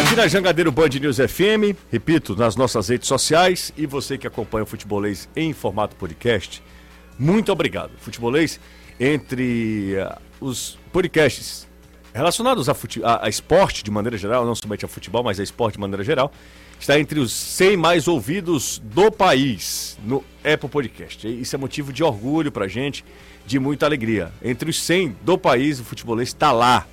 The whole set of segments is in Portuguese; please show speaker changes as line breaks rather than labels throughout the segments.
Aqui na Jangadeiro Band News FM, repito, nas nossas redes sociais e você que acompanha o Futebolês em formato podcast, muito obrigado. Futebolês, entre ah, os podcasts relacionados a, fute- a- a esporte de maneira geral, não somente a futebol, mas a esporte de maneira geral, está entre os 100 mais ouvidos do país no Apple Podcast. E Isso é motivo de orgulho pra gente, de muita alegria. Entre os 100 do país, o Futebolês está lá.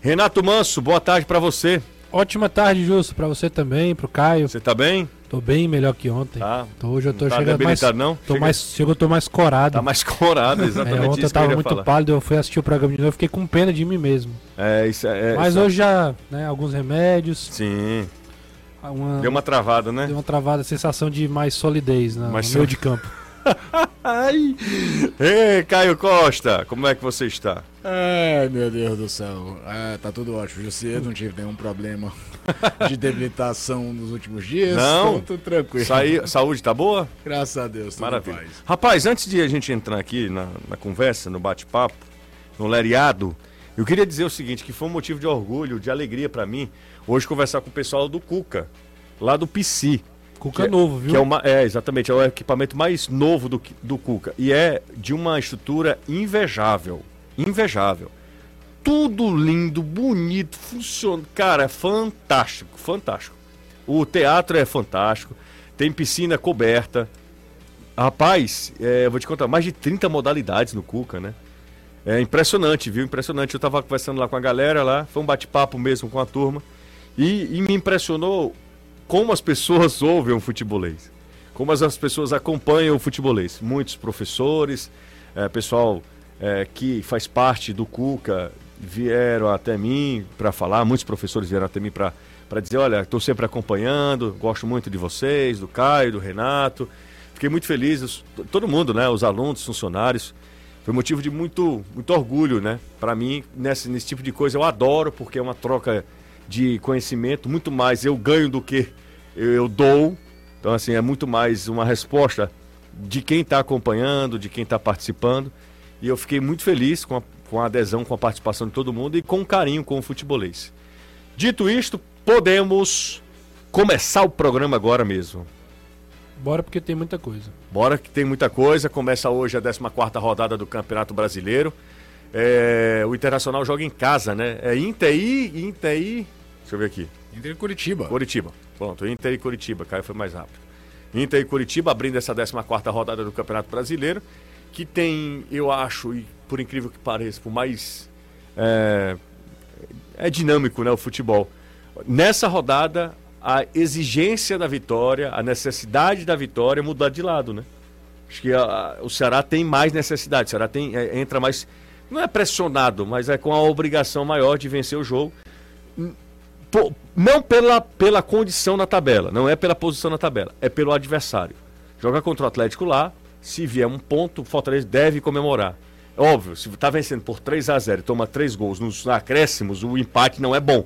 Renato Manso, boa tarde pra você.
Ótima tarde, Justo, pra você também, pro Caio.
Você tá bem?
Tô bem melhor que ontem.
Tá.
Tô- hoje eu tô
Não tá
chegando mais,
debilitado, não?
Tô
Chega-
mais. Chegou, tô mais corado.
Tá mais corado,
É,
exatamente
ontem eu
isso que eu
tava
ia
muito
falar.
pálido, eu fui assistir o programa de novo, eu fiquei com pena de mim mesmo.
É, isso é. é,
Mas
isso é-
hoje já, né, alguns remédios,
Sim.
uma,
Deu uma travada, né?
Ah. deu uma travada, sensação de mais solidez na-
Mais
no
sol-
meio de campo.
Ai! Ei, Caio Costa, como é que você está?
Ai, meu Deus do céu. Ah, tá tudo ótimo. José, eu não tive nenhum problema de debilitação nos últimos dias.
Não.
Então, Tô tranquilo.
Saí- saúde tá boa?
Graças a Deus, tudo
Maravilha.
em paz.
Rapaz, antes de a gente entrar aqui na, na conversa, no bate-papo, no lereado, eu queria dizer o seguinte, que foi um motivo de orgulho, de alegria pra mim, hoje conversar com o pessoal do Cuca, lá do PC.
Cuca
Que-
novo, viu?
Que é, uma, é, exatamente, é o equipamento mais novo do, que- do Cuca. E é de uma estrutura invejável. Invejável. Tudo lindo, bonito, funciona. Cara, é fantástico, fantástico. O teatro é fantástico, tem piscina coberta. Rapaz, é, eu vou te contar, mais de 30 modalidades no Cuca, né? É impressionante, viu? Impressionante. Eu tava conversando lá com a galera lá, foi um bate-papo mesmo com a turma. E, e me impressionou como as pessoas ouvem o futebolês. Como as, as pessoas acompanham o futebolês. Muitos professores, eh, pessoal eh, que faz parte do Cuca vieram até mim para falar, muitos professores vieram até mim para dizer, olha, estou sempre acompanhando, gosto muito de vocês, do Caio, do Renato. Fiquei muito feliz, os- t- todo mundo, né? Os alunos, funcionários. Foi motivo de muito, muito orgulho, né? Para mim, nesse, nesse tipo de coisa eu adoro, porque é uma troca de conhecimento, muito mais eu ganho do que eu, eu dou. Então, assim, é muito mais uma resposta de quem está acompanhando, de quem está participando. E eu fiquei muito feliz com a, com a adesão, com a participação de todo mundo e com o carinho com o futebolês. Dito isto, podemos começar o programa agora mesmo. um-
Bora porque tem muita coisa.
Bora que tem muita coisa. Começa hoje a 14 rodada do Campeonato Brasileiro. É, o Internacional joga em casa, né? É Inter e. Inter e. Deixa eu ver aqui.
Entre Curitiba.
Curitiba. Pronto, Inter e Curitiba. Caio foi mais rápido. Inter e Curitiba abrindo essa 14 rodada do Campeonato Brasileiro. Que tem, eu acho, e por incrível que pareça, por mais. É, é dinâmico, né? O futebol. Nessa rodada, a exigência da vitória, a necessidade da vitória mudar de lado, né? Acho que a- a- o Ceará tem mais necessidade. O Ceará tem, é, entra mais. Não é pressionado, mas é com a obrigação maior de vencer o jogo. N- po- não pela, pela condição na tabela, não é pela posição na tabela, é pelo adversário. Jogar contra o Atlético lá, se vier um ponto, o Fortaleza deve comemorar. É Óbvio, se está vencendo por 3 a 0 e toma 3 gols nos acréscimos, o empate não é bom.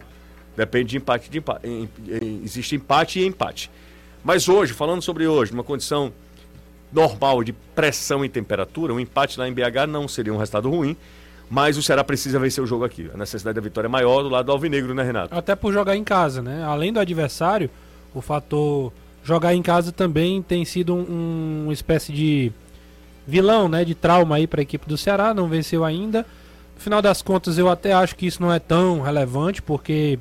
Depende de empate, de empate. Em- em- Existe empate e empate. Mas hoje, falando sobre hoje, numa condição normal de pressão e temperatura, um empate lá em BH não seria um resultado ruim, mas o Ceará precisa vencer o jogo aqui. A necessidade da vitória é maior do lado do Alvinegro, né, Renato?
Até por jogar em casa, né? Além do adversário, o fator jogar em casa também tem sido um- uma espécie de vilão, né? De trauma aí para a equipe do Ceará, não venceu ainda. No final das contas, eu até acho que isso não é tão relevante, porque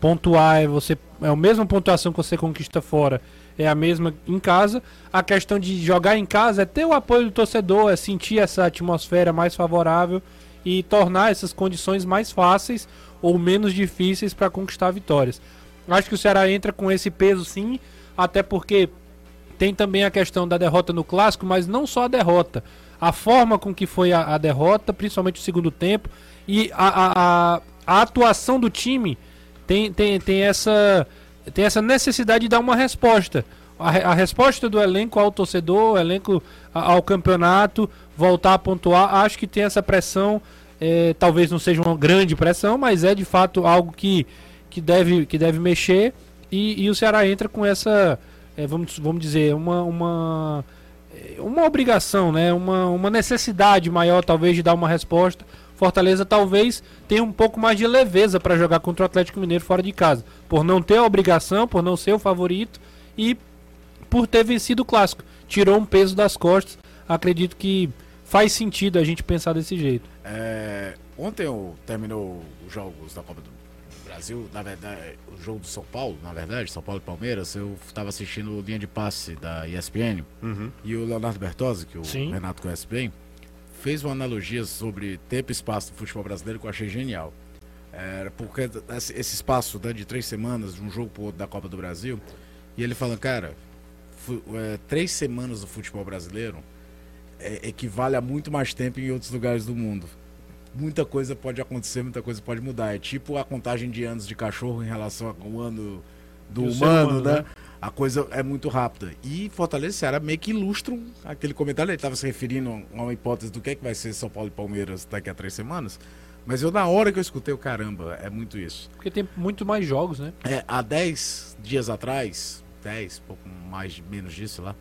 pontuar é você é a mesma pontuação que você conquista fora, é a mesma em casa. A questão de jogar em casa é ter o apoio do torcedor, é sentir essa atmosfera mais favorável e tornar essas condições mais fáceis ou menos difíceis para conquistar vitórias. Acho que o Ceará entra com esse peso sim, até porque tem também a questão da derrota no clássico, mas não só a derrota. A forma com que foi a, a derrota, principalmente o segundo tempo, e a, a- a- a atuação do time tem, tem, tem, essa, tem essa necessidade de dar uma resposta. A, re- a resposta do elenco ao torcedor, o elenco a- ao campeonato, voltar a pontuar, acho que tem essa pressão. eh, talvez não seja uma grande pressão, mas é de fato algo que, que, deve, que deve mexer. E, e o Ceará entra com essa, eh, vamos, vamos dizer, uma, uma, eh, uma obrigação, né? uma, uma necessidade maior, talvez, de dar uma resposta, Fortaleza talvez tenha um pouco mais de leveza para jogar contra o Atlético Mineiro fora de casa, por não ter a obrigação, por não ser o favorito e por ter vencido o clássico. Tirou um peso das costas. Acredito que faz sentido a gente pensar desse jeito.
É, ontem eu- terminou os jogos da Copa do Brasil, na verdade, o jogo do São Paulo, na verdade, São Paulo e Palmeiras, eu estava assistindo o linha de passe da ESPN
Uhum.
e o Leonardo Bertozzi, que o
Sim.
Renato conhece bem, fez uma analogia sobre tempo e espaço do futebol brasileiro que eu achei genial. Era porque esse esse espaço né, de três semanas, de um jogo pro outro da Copa do Brasil, e ele falando, cara, fu- é, três semanas do futebol brasileiro é, equivale a muito mais tempo em outros lugares do mundo. Muita coisa pode acontecer, muita coisa pode mudar. É tipo a contagem de anos de cachorro em relação ao ano do
E o ser
humano,
humano,
né?
né?
A coisa é muito rápida. E Fortaleza e Ceará meio que ilustram aquele comentário. Ele estava se referindo a uma hipótese do que, é que vai ser São Paulo e Palmeiras daqui a três semanas. Mas eu, na hora que eu escutei, eu, caramba, é muito isso.
Porque tem muito mais jogos, né?
É, há 10 dias atrás, 10, pouco mais, menos disso lá,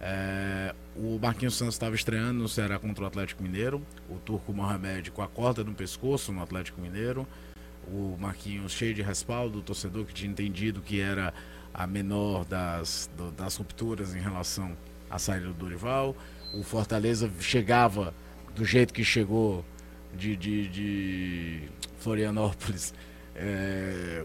é, o Marquinhos Santos estava estreando no Ceará contra o Atlético Mineiro, o Turco Mohamed com a corda no pescoço no Atlético Mineiro, o Marquinhos cheio de respaldo, o torcedor que tinha entendido que era a menor das, do- das rupturas em relação à saída do Dorival, o Fortaleza chegava do jeito que chegou de, de, de Florianópolis. é,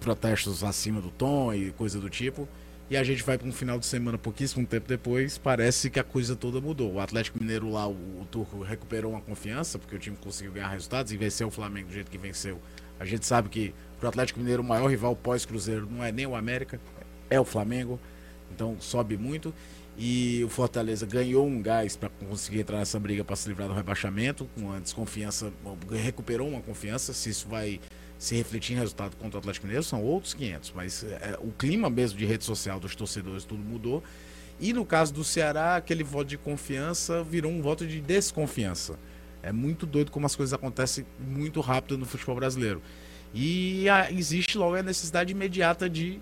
protestos acima do tom e coisa do tipo. E a gente vai para um final de semana pouquíssimo um tempo depois, parece que a coisa toda mudou. O Atlético Mineiro lá, o, o Turco recuperou uma confiança, porque o time conseguiu ganhar resultados e venceu o Flamengo do jeito que venceu. A gente sabe que para o Atlético Mineiro o maior rival pós-Cruzeiro não é nem o América, é o Flamengo. Então sobe muito. E o Fortaleza ganhou um gás para conseguir entrar nessa briga para se livrar do rebaixamento, com a desconfiança, recuperou uma confiança, se isso vai se refletir em resultado contra o Atlético Mineiro, são outros 500, mas é, o clima mesmo de rede social dos torcedores, tudo mudou. E no caso do Ceará, aquele voto de confiança virou um voto de desconfiança. É muito doido como as coisas acontecem muito rápido no futebol brasileiro. E a- existe logo a necessidade imediata de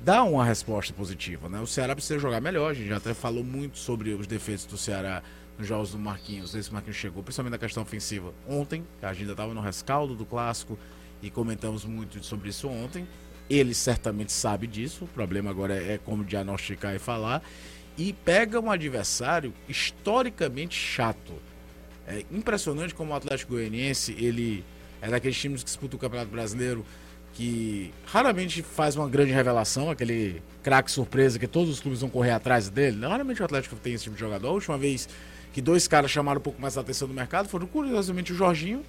dá uma resposta positiva, né? O Ceará precisa jogar melhor, a gente já até falou muito sobre os defeitos do Ceará nos jogos do Marquinhos, esse Marquinhos chegou, principalmente na questão ofensiva ontem, a gente ainda estava no rescaldo do clássico e comentamos muito sobre isso ontem. Ele certamente sabe disso, o problema agora é é como diagnosticar e falar. E pega um adversário historicamente chato. É impressionante como o Atlético Goianiense, ele é daqueles times que disputa o Campeonato Brasileiro que raramente faz uma grande revelação, aquele craque surpresa que todos os clubes vão correr atrás dele. Raramente o Atlético tem esse tipo de jogador. A última vez que dois caras chamaram um pouco mais a atenção do mercado foram, curiosamente, o Jorginho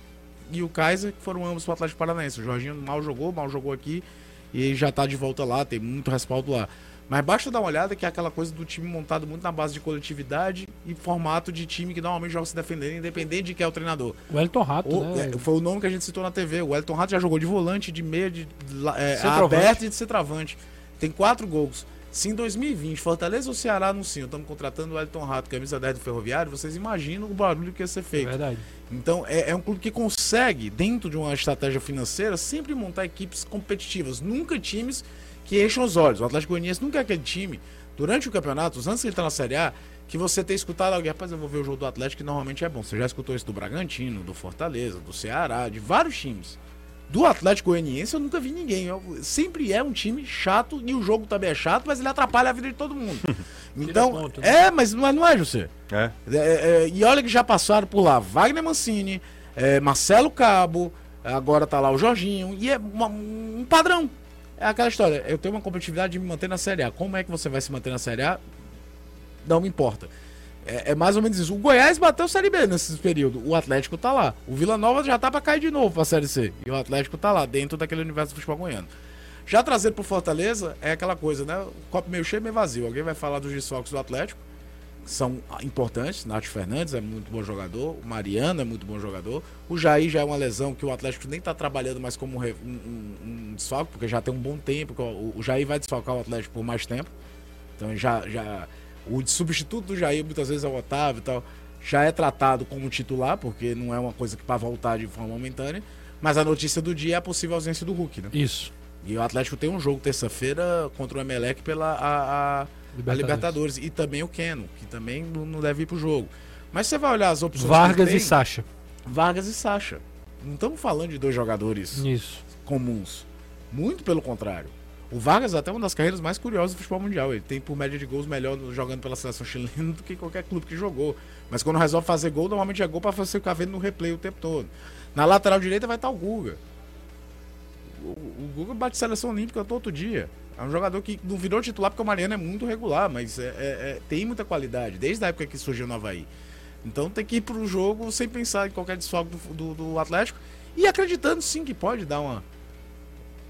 e o Kaiser, que foram ambos para o Atlético Paranaense. O Jorginho mal jogou, mal jogou aqui e já tá de volta lá, tem muito respaldo lá. Mas basta dar uma olhada que é aquela coisa do time montado muito na base de coletividade e formato de time que normalmente joga se defendendo, independente de quem é o treinador.
O Elton Rato,
O-
né?
é, foi o nome que a gente citou na TV. O Elton Rato já jogou de volante, de meia, de la- é,
Centroavante.
aberto e de centroavante. Tem quatro gols. Se em 2020 Fortaleza ou Ceará anunciam, estamos contratando o Elton Rato, camisa 10 do Ferroviário, vocês imaginam o barulho que ia ser
É
feito.
verdade.
Então, é, é um clube que consegue, dentro de uma estratégia financeira, sempre montar equipes competitivas, nunca times que enchem os olhos. O Atlético Goianiense nunca é aquele time, durante o campeonato, os anos que ele está na Série A, que você ter escutado alguém, rapaz, eu vou ver o jogo do Atlético, que normalmente é bom. Você já escutou isso do Bragantino, do Fortaleza, do Ceará, de vários times. Do Atlético Goianiense eu nunca vi ninguém. Eu- sempre é um time chato e o jogo também é chato, mas ele atrapalha a vida de todo mundo. então,
ponto,
é, mas, mas não é, José.
É.
É, é, e olha que já passaram por lá Wagner Mancini, é, Marcelo Cabo, agora tá lá o Jorginho, e é uma- um padrão. É aquela história, eu tenho uma competitividade de me manter na Série A. Como é que você vai se manter na Série A? Não me importa. É, é mais ou menos isso. O Goiás bateu a Série B nesse período. O Atlético tá lá. O Vila Nova já tá pra cair de novo pra Série C. E o Atlético tá lá, dentro daquele universo do futebol goiano. Já trazendo pro Fortaleza, é aquela coisa, né? O copo meio cheio, meio vazio. Alguém vai falar dos desfalques do Atlético são importantes. Nath Fernandes é muito bom jogador, o Mariano é muito bom jogador. O Jair já é uma lesão que o Atlético nem está trabalhando mais como um, re- um- um- um desfalque, porque já tem um bom tempo. que O, o Jair vai desfalcar o Atlético por mais tempo. Então já, já o substituto do Jair muitas vezes é o Otávio e tal, já é tratado como titular, porque não é uma coisa que para voltar de forma momentânea. Mas a notícia do dia é a possível ausência do Hulk, né?
Isso.
E o Atlético tem um jogo terça-feira contra o Emelec pela a, a- a
Libertadores.
Libertadores. E também o Keno, que também não não deve ir pro jogo. Mas você vai olhar as opções. que
Vargas
tem,
e Sacha.
Vargas e Sacha. Não estamos falando de dois jogadores
Isso.
comuns. Muito pelo contrário. O Vargas até é uma das carreiras mais curiosas do futebol mundial. Ele tem por média de gols melhor no- jogando pela seleção chilena do que qualquer clube que jogou. Mas quando resolve fazer gol, normalmente é gol para você ficar vendo no replay o tempo todo. Na lateral direita vai estar o Guga. O, o Guga bate seleção olímpica todo dia. É um jogador que não virou titular porque o Mariano é muito regular, mas é- é- é- tem muita qualidade, desde a época que surgiu no Havaí. Então tem que ir pro jogo sem pensar em qualquer desfoque do, do- do Atlético e acreditando sim que pode dar uma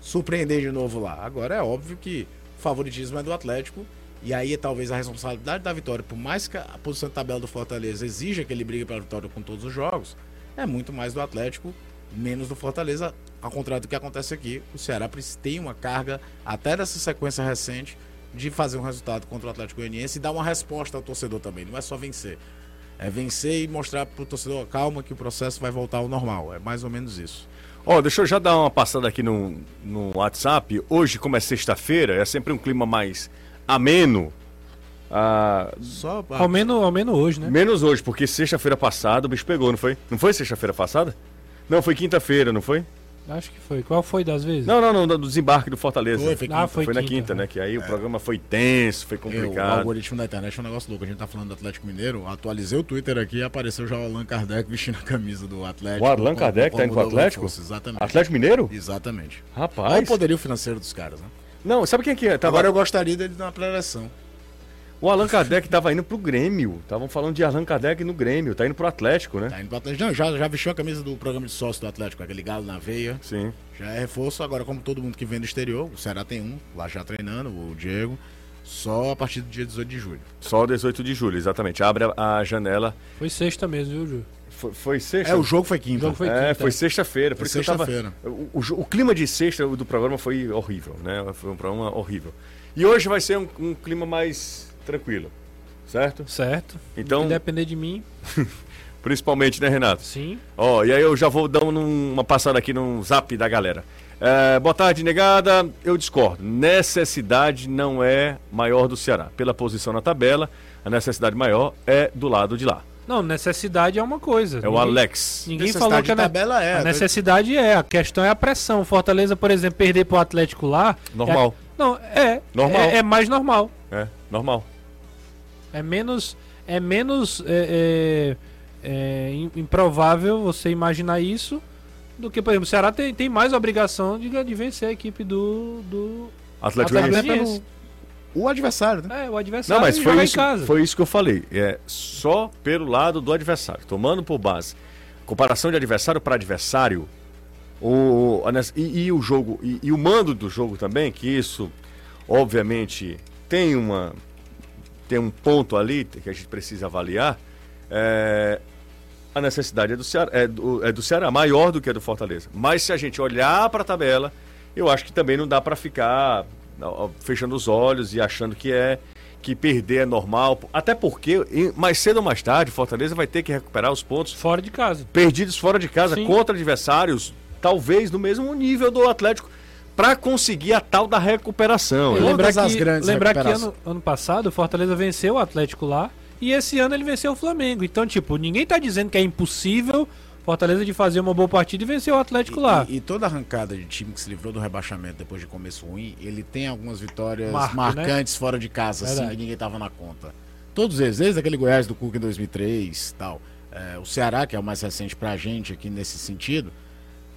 surpreender de novo lá. Agora é óbvio que o favoritismo é do Atlético. E aí talvez a responsabilidade da vitória, por mais que a posição de tabela do Fortaleza exija que ele brigue pela vitória com todos os jogos, é muito mais do Atlético, menos do Fortaleza. Ao contrário do que acontece aqui, o Ceará precisa- tem uma carga, até dessa sequência recente, de fazer um resultado contra o Atlético Goianiense e dar uma resposta ao torcedor também. Não é só vencer. É vencer e mostrar pro torcedor, calma, que o processo vai voltar ao normal. É mais ou menos isso.
Ó, deixa eu já dar uma passada aqui no, no WhatsApp. Hoje, como é sexta-feira, é sempre um clima mais ameno. Ah,
Só pra-
Ao, menos, ao menos hoje, né?
menos hoje, porque sexta-feira passada o bicho pegou, não foi? Não foi sexta-feira passada? Não, foi quinta-feira, não foi?
Acho que foi. Qual foi das vezes?
Não, não, não, do desembarque do Fortaleza.
Foi, foi
Ah,
Foi, na quinta, né? Que aí o programa foi tenso, foi
Eu, É. o
complicado.
algoritmo da internet é um negócio louco. A gente tá falando do Atlético Mineiro. Atualizei o Twitter aqui e apareceu já o Allan Kardec vestindo a camisa do Atlético.
O Allan
Com-
Kardec
com-
tá indo pro
mudou o
Atlético?
reforço, Exatamente.
Atlético Mineiro?
Exatamente. Olha o
Rapaz.
poderio financeiro dos caras, né?
Não, sabe quem é que é? Tava...
Agora eu gostaria dele na pré-eleção.
O Allan Kardec tava indo pro Grêmio. Estavam falando de Allan Kardec no Grêmio. Tá indo pro Atlético, né?
Tá indo pro Atlético. Não, já, já vestiu a camisa do programa de sócio do Atlético, aquele galo na veia.
Sim.
Já é reforço. Agora, como todo mundo que vem do exterior, o Ceará tem um, lá já treinando, o Diego. Só a partir do dia 18 de julho.
Só 18 de julho, exatamente. Abre a, a janela.
Foi sexta mesmo, viu, Ju?
Foi, foi sexta?
É, o jogo foi quinta.
O jogo foi
É,
quinta.
foi sexta-feira. Por
Foi
isso que eu tava.
sexta-feira.
O, o jo- o clima de sexta do programa foi horrível, né? Foi um programa horrível. E hoje vai ser um, um clima mais tranquilo, certo?
Certo.
Então-
Se depender de mim,
Principalmente, né, Renato?
sim.
Ó, e aí eu já vou dar um- uma passada aqui num zap da galera. É, boa tarde, negada. Eu discordo. Necessidade não é maior do Ceará. Pela posição na tabela, a necessidade maior é do lado de lá.
Não, necessidade é uma coisa.
É o Alex.
Ninguém
Necessidade
falou que
de
a ne-
tabela é.
A necessidade é, a questão é a pressão. O Fortaleza, por exemplo, perder pro Atlético lá.
Normal.
é- não, é.
Normal.
É, é mais normal.
É, normal.
É menos. É menos. é, é, é, im- improvável você imaginar isso do que, por exemplo, o Ceará tem, tem mais obrigação de, gan- de vencer a equipe do. do
Atlético
Atlético
Goianiense.
Goianiense.
O adversário, né?
É, o adversário
Não, mas
joga
foi
em
isso,
casa.
foi isso que eu falei. É só pelo lado do adversário, tomando por base. Comparação de adversário para adversário, o, a nes- e, e o jogo, e, e o mando do jogo também, que isso, obviamente, tem uma tem um ponto ali que a gente precisa avaliar. É, a necessidade é do, Ceará, é, do, é do Ceará, maior do que a do Fortaleza. Mas se a gente olhar para a tabela, eu acho que também não dá para ficar ó, ó, fechando os olhos e achando que é que perder é normal. Até porque, em- mais cedo ou mais tarde, o Fortaleza vai ter que recuperar os pontos
Fora de casa.
perdidos fora de casa
Sim.
contra adversários, talvez no mesmo nível do Atlético, para conseguir a tal da recuperação.
Todas
né?
Lembrar
as
que,
grandes
lembrar que
recuperações.
ano, ano passado o Fortaleza venceu o Atlético lá e esse ano ele venceu o Flamengo. Então, tipo, ninguém tá dizendo que é impossível o Fortaleza de fazer uma boa partida e vencer o Atlético lá.
E, e toda arrancada de time que se livrou do rebaixamento depois de começo ruim, ele tem algumas vitórias
Marco,
marcantes fora de casa, assim,
Verdade.
que ninguém tava na conta. Todos eles, desde aquele Goiás do Cuca em 2003 tal. É, o Ceará, que é o mais recente pra gente aqui nesse sentido,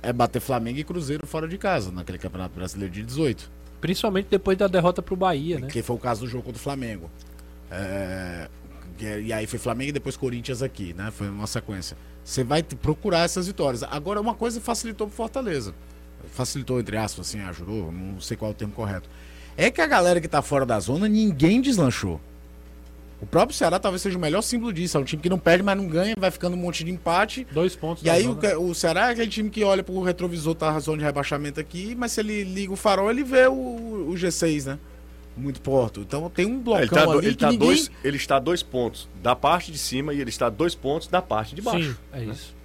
é bater Flamengo e Cruzeiro fora de casa, naquele Campeonato Brasileiro de 18.
Principalmente depois da derrota pro Bahia, né?
Que foi o caso do jogo contra o Flamengo. É, e- e aí foi Flamengo e depois Corinthians aqui, né? Foi uma sequência. Você vai te- procurar essas vitórias. Agora, uma coisa facilitou pro Fortaleza. Facilitou, entre aspas, assim, ajudou, não sei qual é o termo correto. É que a galera que tá fora da zona, ninguém deslanchou. O próprio Ceará talvez seja o melhor símbolo disso. É um time que não perde, mas não ganha, vai ficando um monte de empate.
Dois pontos.
E
da
aí o,
zona.
que- o Ceará é aquele time que olha pro retrovisor, tá na zona de rebaixamento aqui, mas se ele liga o farol, ele vê o, o G6, né? Muito porto. Então tem um blocão
Ele, tá do-
ali
ele
que
tá
ninguém...
dois, ele está a dois pontos da parte de cima e ele está a dois pontos da parte de baixo.
Sim, é isso.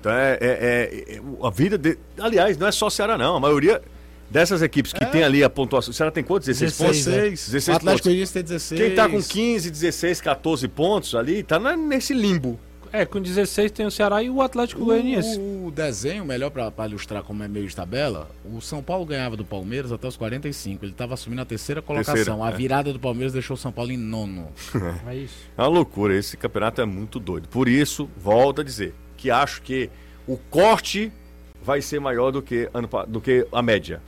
Então é, é- é- é- o- a vida de... Aliás, não é só o Ceará, não. A maioria dessas equipes
É.
que tem ali a pontuação. O Ceará tem quantos? 16,
16,
pontos?
né?
16
O é. Atlético
pontos.
Goianiense tem 16.
Quem tá com 15, 16, 14 pontos ali, tá na- tá nesse limbo.
É, com 16 tem o Ceará e o Atlético
Uh.
Goianiense.
O, o desenho, melhor pra, pra ilustrar como é meio de tabela, o São Paulo ganhava do Palmeiras até os 45. Ele tava assumindo a terceira colocação.
Terceira,
a
é.
virada do Palmeiras deixou o São Paulo em nono.
É isso.
É uma loucura, esse campeonato é muito doido. Por isso, volto a dizer que acho que o corte vai ser maior do que, ano pa- do que a média.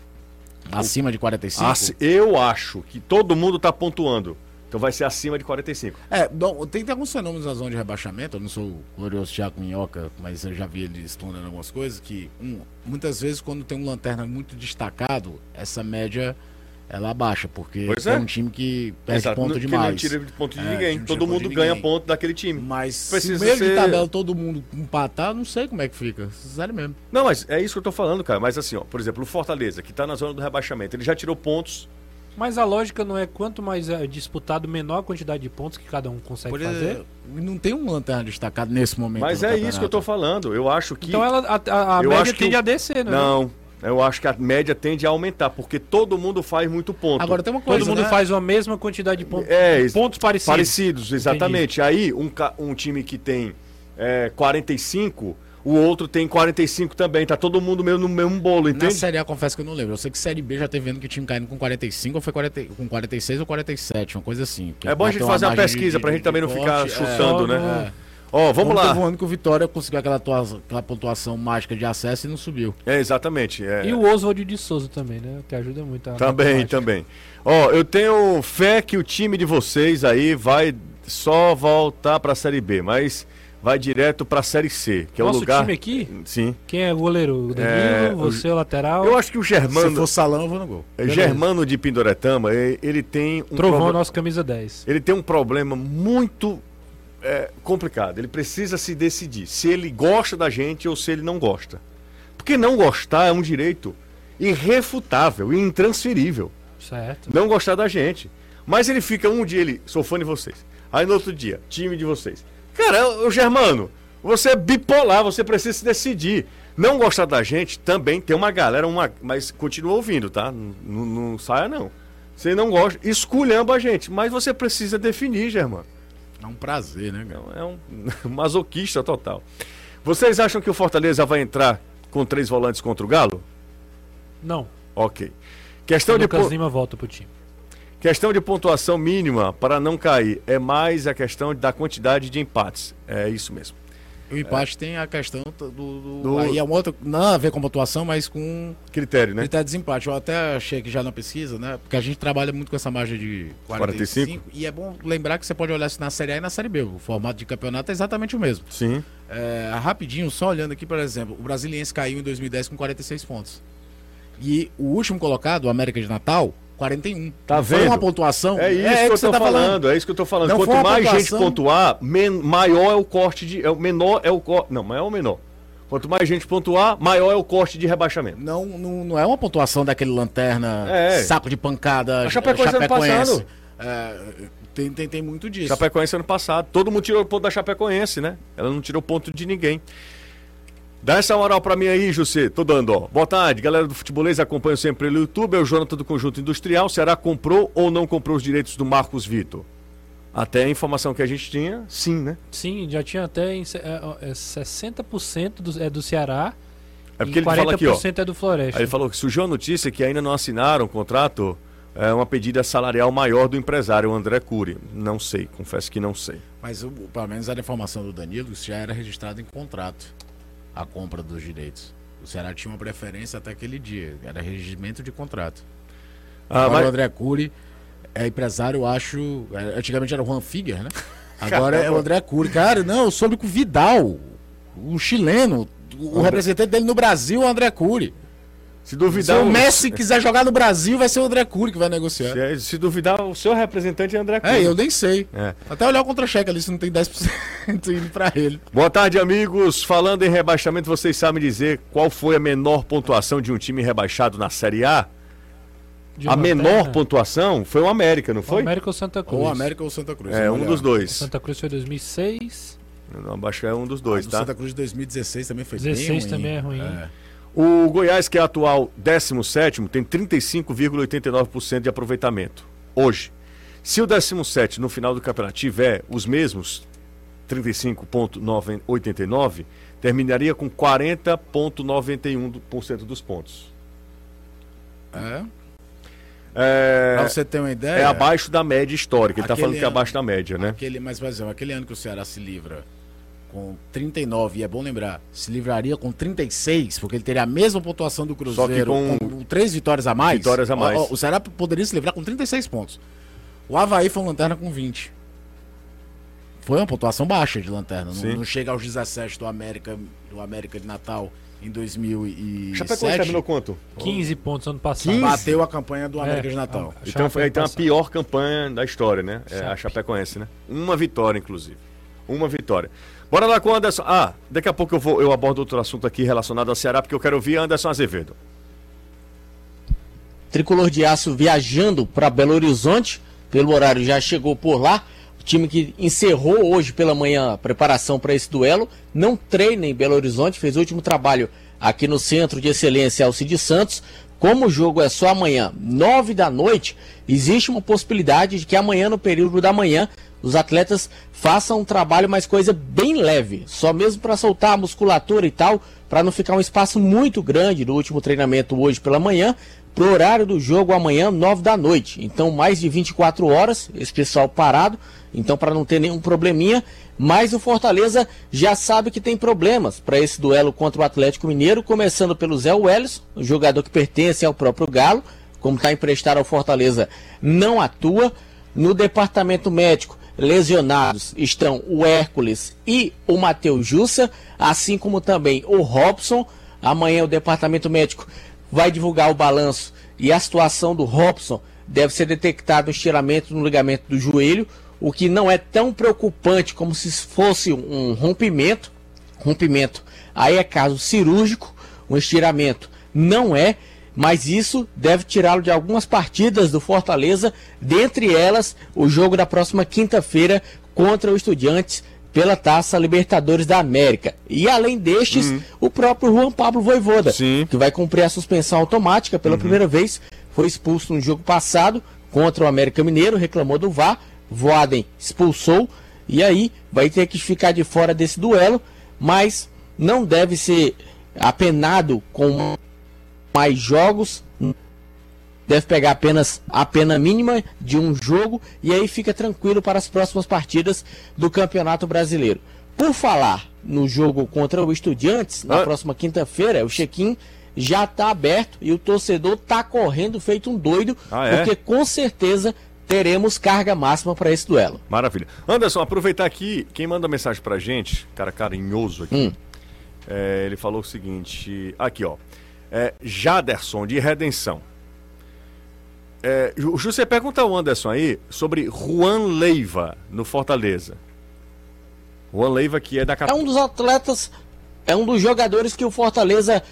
Acima de 45.
Assi- eu acho que todo mundo tá pontuando. Então vai ser acima de 45.
É, não, tem, tem alguns fenômenos na zona de rebaixamento, eu não sou o glorioso Thiago Minhoca, mas eu já vi ele explorando algumas coisas, que um, muitas vezes quando tem um lanterna muito destacado, essa média ela abaixa, porque
Pois
é
é.
um time que perde
Exato,
ponto
não- que não
demais.
tira de ponto de
É,
ninguém.
não tira
Todo
ponto de
mundo ganha
ninguém.
ponto daquele time.
Mas se
Precisa
o meio de
ser-
tabela todo mundo empatar, não sei como é que fica. Sério mesmo.
Não, mas é isso que eu tô falando, cara. Mas assim, ó, por exemplo, o Fortaleza, que tá na zona do rebaixamento, ele já tirou pontos.
Mas a lógica não é quanto mais é disputado, menor a quantidade de pontos que cada um consegue
Por
fazer.
exemplo, não tem um lanterna destacado nesse momento.
mas
no
é isso que eu tô
campeonato.
falando. Eu acho que.
Então ela, a, a- a
Eu acho
média
que
tende
o-
a descer, né?
Não, eu acho que a média tende a aumentar, porque todo mundo faz muito ponto.
Agora tem uma coisa.
Todo mundo
né?
faz a mesma quantidade de pontos.
É, isso.
pontos parecidos.
Parecidos, exatamente. Aí, um, ca- um time que tem é, 45, o outro tem 45 também. Tá todo mundo meio no mesmo bolo,
Na
entende?
Série A, confesso que eu não lembro. Eu sei que Série B já teve vendo que tinha caindo com 45, ou foi 40, com 46 ou 47, uma coisa assim. Que
É bom a gente
bateu uma
fazer uma
margem de-
pesquisa
de-
pra gente
de
também não
corte,
ficar
é.
chutando,
Só
né?
no-
Ó, vamos
Como
lá.
Teve um ano que o Vitória conseguiu aquela, atua- aquela pontuação mágica de acesso e não subiu.
É, exatamente. é.
E o Oswald de Souza também, né? Que ajuda muito. a-
Também,
matemática.
também. Ó, eu tenho fé que o time de vocês aí vai só voltar pra Série B, mas vai direto pra Série C, que é
Nosso
o lugar...
time aqui,
Sim.
quem é o goleiro? O Danilo,
É, o-
você, o lateral.
Eu acho que o Germano...
Se for salão, eu vou no gol.
Beleza.
Germano de Pindoretama, e- ele tem um
Trovão,
proble-
nosso camisa 10.
ele tem um problema muito é, complicado. Ele precisa se decidir se ele gosta da gente ou se ele não gosta. Porque não gostar é um direito irrefutável e intransferível.
Certo.
Não gostar da gente. Mas ele fica um dia ele, sou fã de vocês. Aí no outro dia, time de vocês. Cara, o Germano, você é bipolar, você precisa se decidir. Não gostar da gente também tem uma galera, uma, mas continua ouvindo, tá? N- n- não saia não. Você não gosta, esculhamba a gente, mas você precisa definir, Germano.
É um prazer, né, cara?
Então, É um masoquista total. Vocês acham que o Fortaleza vai entrar com três volantes contra o Galo?
Não.
Ok. Questão
o
de
Lucas
po-
Lima volta pro time.
Questão de pontuação mínima para não cair. É mais a questão da quantidade de empates. É isso mesmo.
O empate tem a questão do, do-
É. Do-
Aí é uma outra. Não a ver com pontuação, mas com
Critério, né?
critério de desempate. Eu até achei que já na pesquisa, né? Porque a gente trabalha muito com essa margem de 45.
45.
E é bom lembrar que você pode olhar isso na Série A e na Série B. O formato de campeonato é exatamente o mesmo.
Sim.
É, rapidinho, só olhando aqui, por exemplo, o Brasiliense caiu em 2010 com 46 pontos. E o último colocado, o América de Natal, 41.
Tá
Não Foi
vendo?
uma pontuação.
É isso que eu tô
tá
falando, É isso que eu tô falando.
Não foi
Quanto
uma
mais
pontuação-
gente pontuar, men- maior é o corte de. É o menor é o corte. Não, maior é o menor. Quanto mais gente pontuar, maior é o corte de rebaixamento.
Não, não, não é uma pontuação daquele lanterna,
É.
saco de pancada,
A Chapecoense ano
Chapecoense.
passado.
É, tem, tem, tem muito disso.
Chapecoense ano passado. Todo mundo tirou o ponto da Chapecoense, né? Ela não tirou ponto de ninguém. Dá essa moral pra mim aí, José. Tô dando, ó. Boa tarde, galera do Futebolês. Acompanho sempre pelo YouTube. É o Jonathan do Conjunto Industrial. Será comprou ou não comprou os direitos do Marcos Vitor? Até a informação que a gente tinha, sim, né?
Sim, já tinha até em, se- é, é, 60% do, é do Ceará
É porque
e
ele fala aqui, ó.
40% é do Floresta.
Aí ele falou que surgiu a notícia que ainda não assinaram o contrato, é uma pedida salarial maior do empresário André Cury. Não sei, confesso que não sei.
Mas o- pelo menos era a informação do Danilo, isso já era registrado em contrato, a compra dos direitos. O Ceará tinha uma preferência até aquele dia, era regimento de contrato.
Ah,
Agora
mas-
o André Cury é empresário, eu acho. é, Antigamente era o Juan Figuer, né? Agora é o
Caramba.
André Cury. Cara, não, eu soube que o Vidal, o chileno, o
André-
representante dele no Brasil é o André Cury.
se
Se
duvidar.
o
o-
Messi quiser jogar no Brasil, vai ser o André Cury que vai negociar.
se, é, se duvidar, o seu representante é André Cury.
É, eu nem sei.
É.
Até olhar o contra-cheque ali se não tem 10% indo pra ele.
Boa tarde, amigos. Falando em rebaixamento, vocês sabem dizer qual foi a menor pontuação de um time rebaixado na Série A?
De
a
lanterna,
menor pontuação foi o América, não
o
foi?
América ou Santa Cruz?
Ou América ou Santa Cruz.
É,
vamos
um
olhar.
dos dois.
Santa Cruz foi 2006.
Não, abaixo é um dos
Ah,
dois,
do
tá?
Santa Cruz de 2016 também foi
16
bem ruim.
também é ruim.
O Goiás, que é atual 17, tem 35,89% de aproveitamento. Hoje. Se o 17 no final do campeonato tiver os mesmos 35,89, terminaria com 40,91% dos pontos.
É.
É,
pra você ter uma ideia.
é abaixo da média histórica. Ele está
Aquele
falando que é
ano-
abaixo da média, né?
Aquele, mas, por exemplo, aquele ano que o Ceará se livra com 39, e é bom lembrar, se livraria com 36, porque ele teria a mesma pontuação do Cruzeiro,
com
com, três vitórias a mais.
vitórias a mais.
Ó, ó, o Ceará poderia se livrar com 36 pontos. O Havaí foi um lanterna com 20. Foi uma pontuação baixa de lanterna.
Sim.
Não, não chega aos 17 do América, do América de Natal em 2007.
Chapecoense terminou quanto?
15 pontos ano passado.
15?
Bateu a campanha do América
É,
de Natal.
a-
Então foi então, a
passado.
pior campanha da história, né? É, a
Chape.
Chapecoense, né? Uma vitória, inclusive. Uma vitória. Bora lá com o Anderson. Ah, daqui a pouco eu, vou, eu abordo outro assunto aqui relacionado ao Ceará, porque eu quero ouvir Anderson Azevedo.
Tricolor de Aço viajando para Belo Horizonte, pelo horário já chegou por lá. O time que encerrou hoje pela manhã a preparação para esse duelo, não treina em Belo Horizonte, fez o último trabalho aqui no Centro de Excelência Alcide Santos. Como o jogo é só amanhã, 9 da noite, existe uma possibilidade de que amanhã, no período da manhã, os atletas façam um trabalho, mas coisa bem leve, só mesmo para soltar a musculatura e tal, para não ficar um espaço muito grande do último treinamento hoje pela manhã, pro horário do jogo amanhã, 9 da noite. Então, mais de 24 horas, esse pessoal parado, então para não ter nenhum probleminha, mas o Fortaleza já sabe que tem problemas para esse duelo contra o Atlético Mineiro, começando pelo Zé Welles, o jogador que pertence ao próprio Galo, como está emprestado ao Fortaleza, não atua. No departamento médico, lesionados estão o Hércules e o Matheus Jussa, assim como também o Robson. Amanhã o departamento médico vai divulgar o balanço e a situação do Robson deve ser detectado um estiramento no ligamento do joelho, o que não é tão preocupante como se fosse um rompimento. Rompimento aí é caso cirúrgico, um estiramento não é, mas isso deve tirá-lo de algumas partidas do Fortaleza, dentre elas o jogo da próxima quinta-feira contra o Estudiantes pela Taça Libertadores da América. E além destes, o próprio Juan Pablo Voivoda,
Sim.
que vai cumprir a suspensão automática pela primeira vez, foi expulso no jogo passado contra o América Mineiro, reclamou do VAR, Voaden expulsou e aí vai ter que ficar de fora desse duelo, mas não deve ser apenado com mais jogos, deve pegar apenas a pena mínima de um jogo e aí fica tranquilo para as próximas partidas do Campeonato Brasileiro. Por falar no jogo contra o Estudiantes, na
Ah.
próxima quinta-feira, o check-in já está aberto e o torcedor está correndo feito um doido,
Ah, é?
porque com certeza teremos carga máxima para esse duelo.
Maravilha. Anderson, aproveitar aqui, quem manda mensagem pra gente, cara carinhoso aqui,
Hum.
é, ele falou o seguinte: aqui, ó. É, Jaderson, de Redenção. É, Ju- José, pergunta ao Anderson aí sobre Juan Leiva, no Fortaleza. Juan Leiva, que é da
É
capital.
um dos atletas, é um dos jogadores que o Fortaleza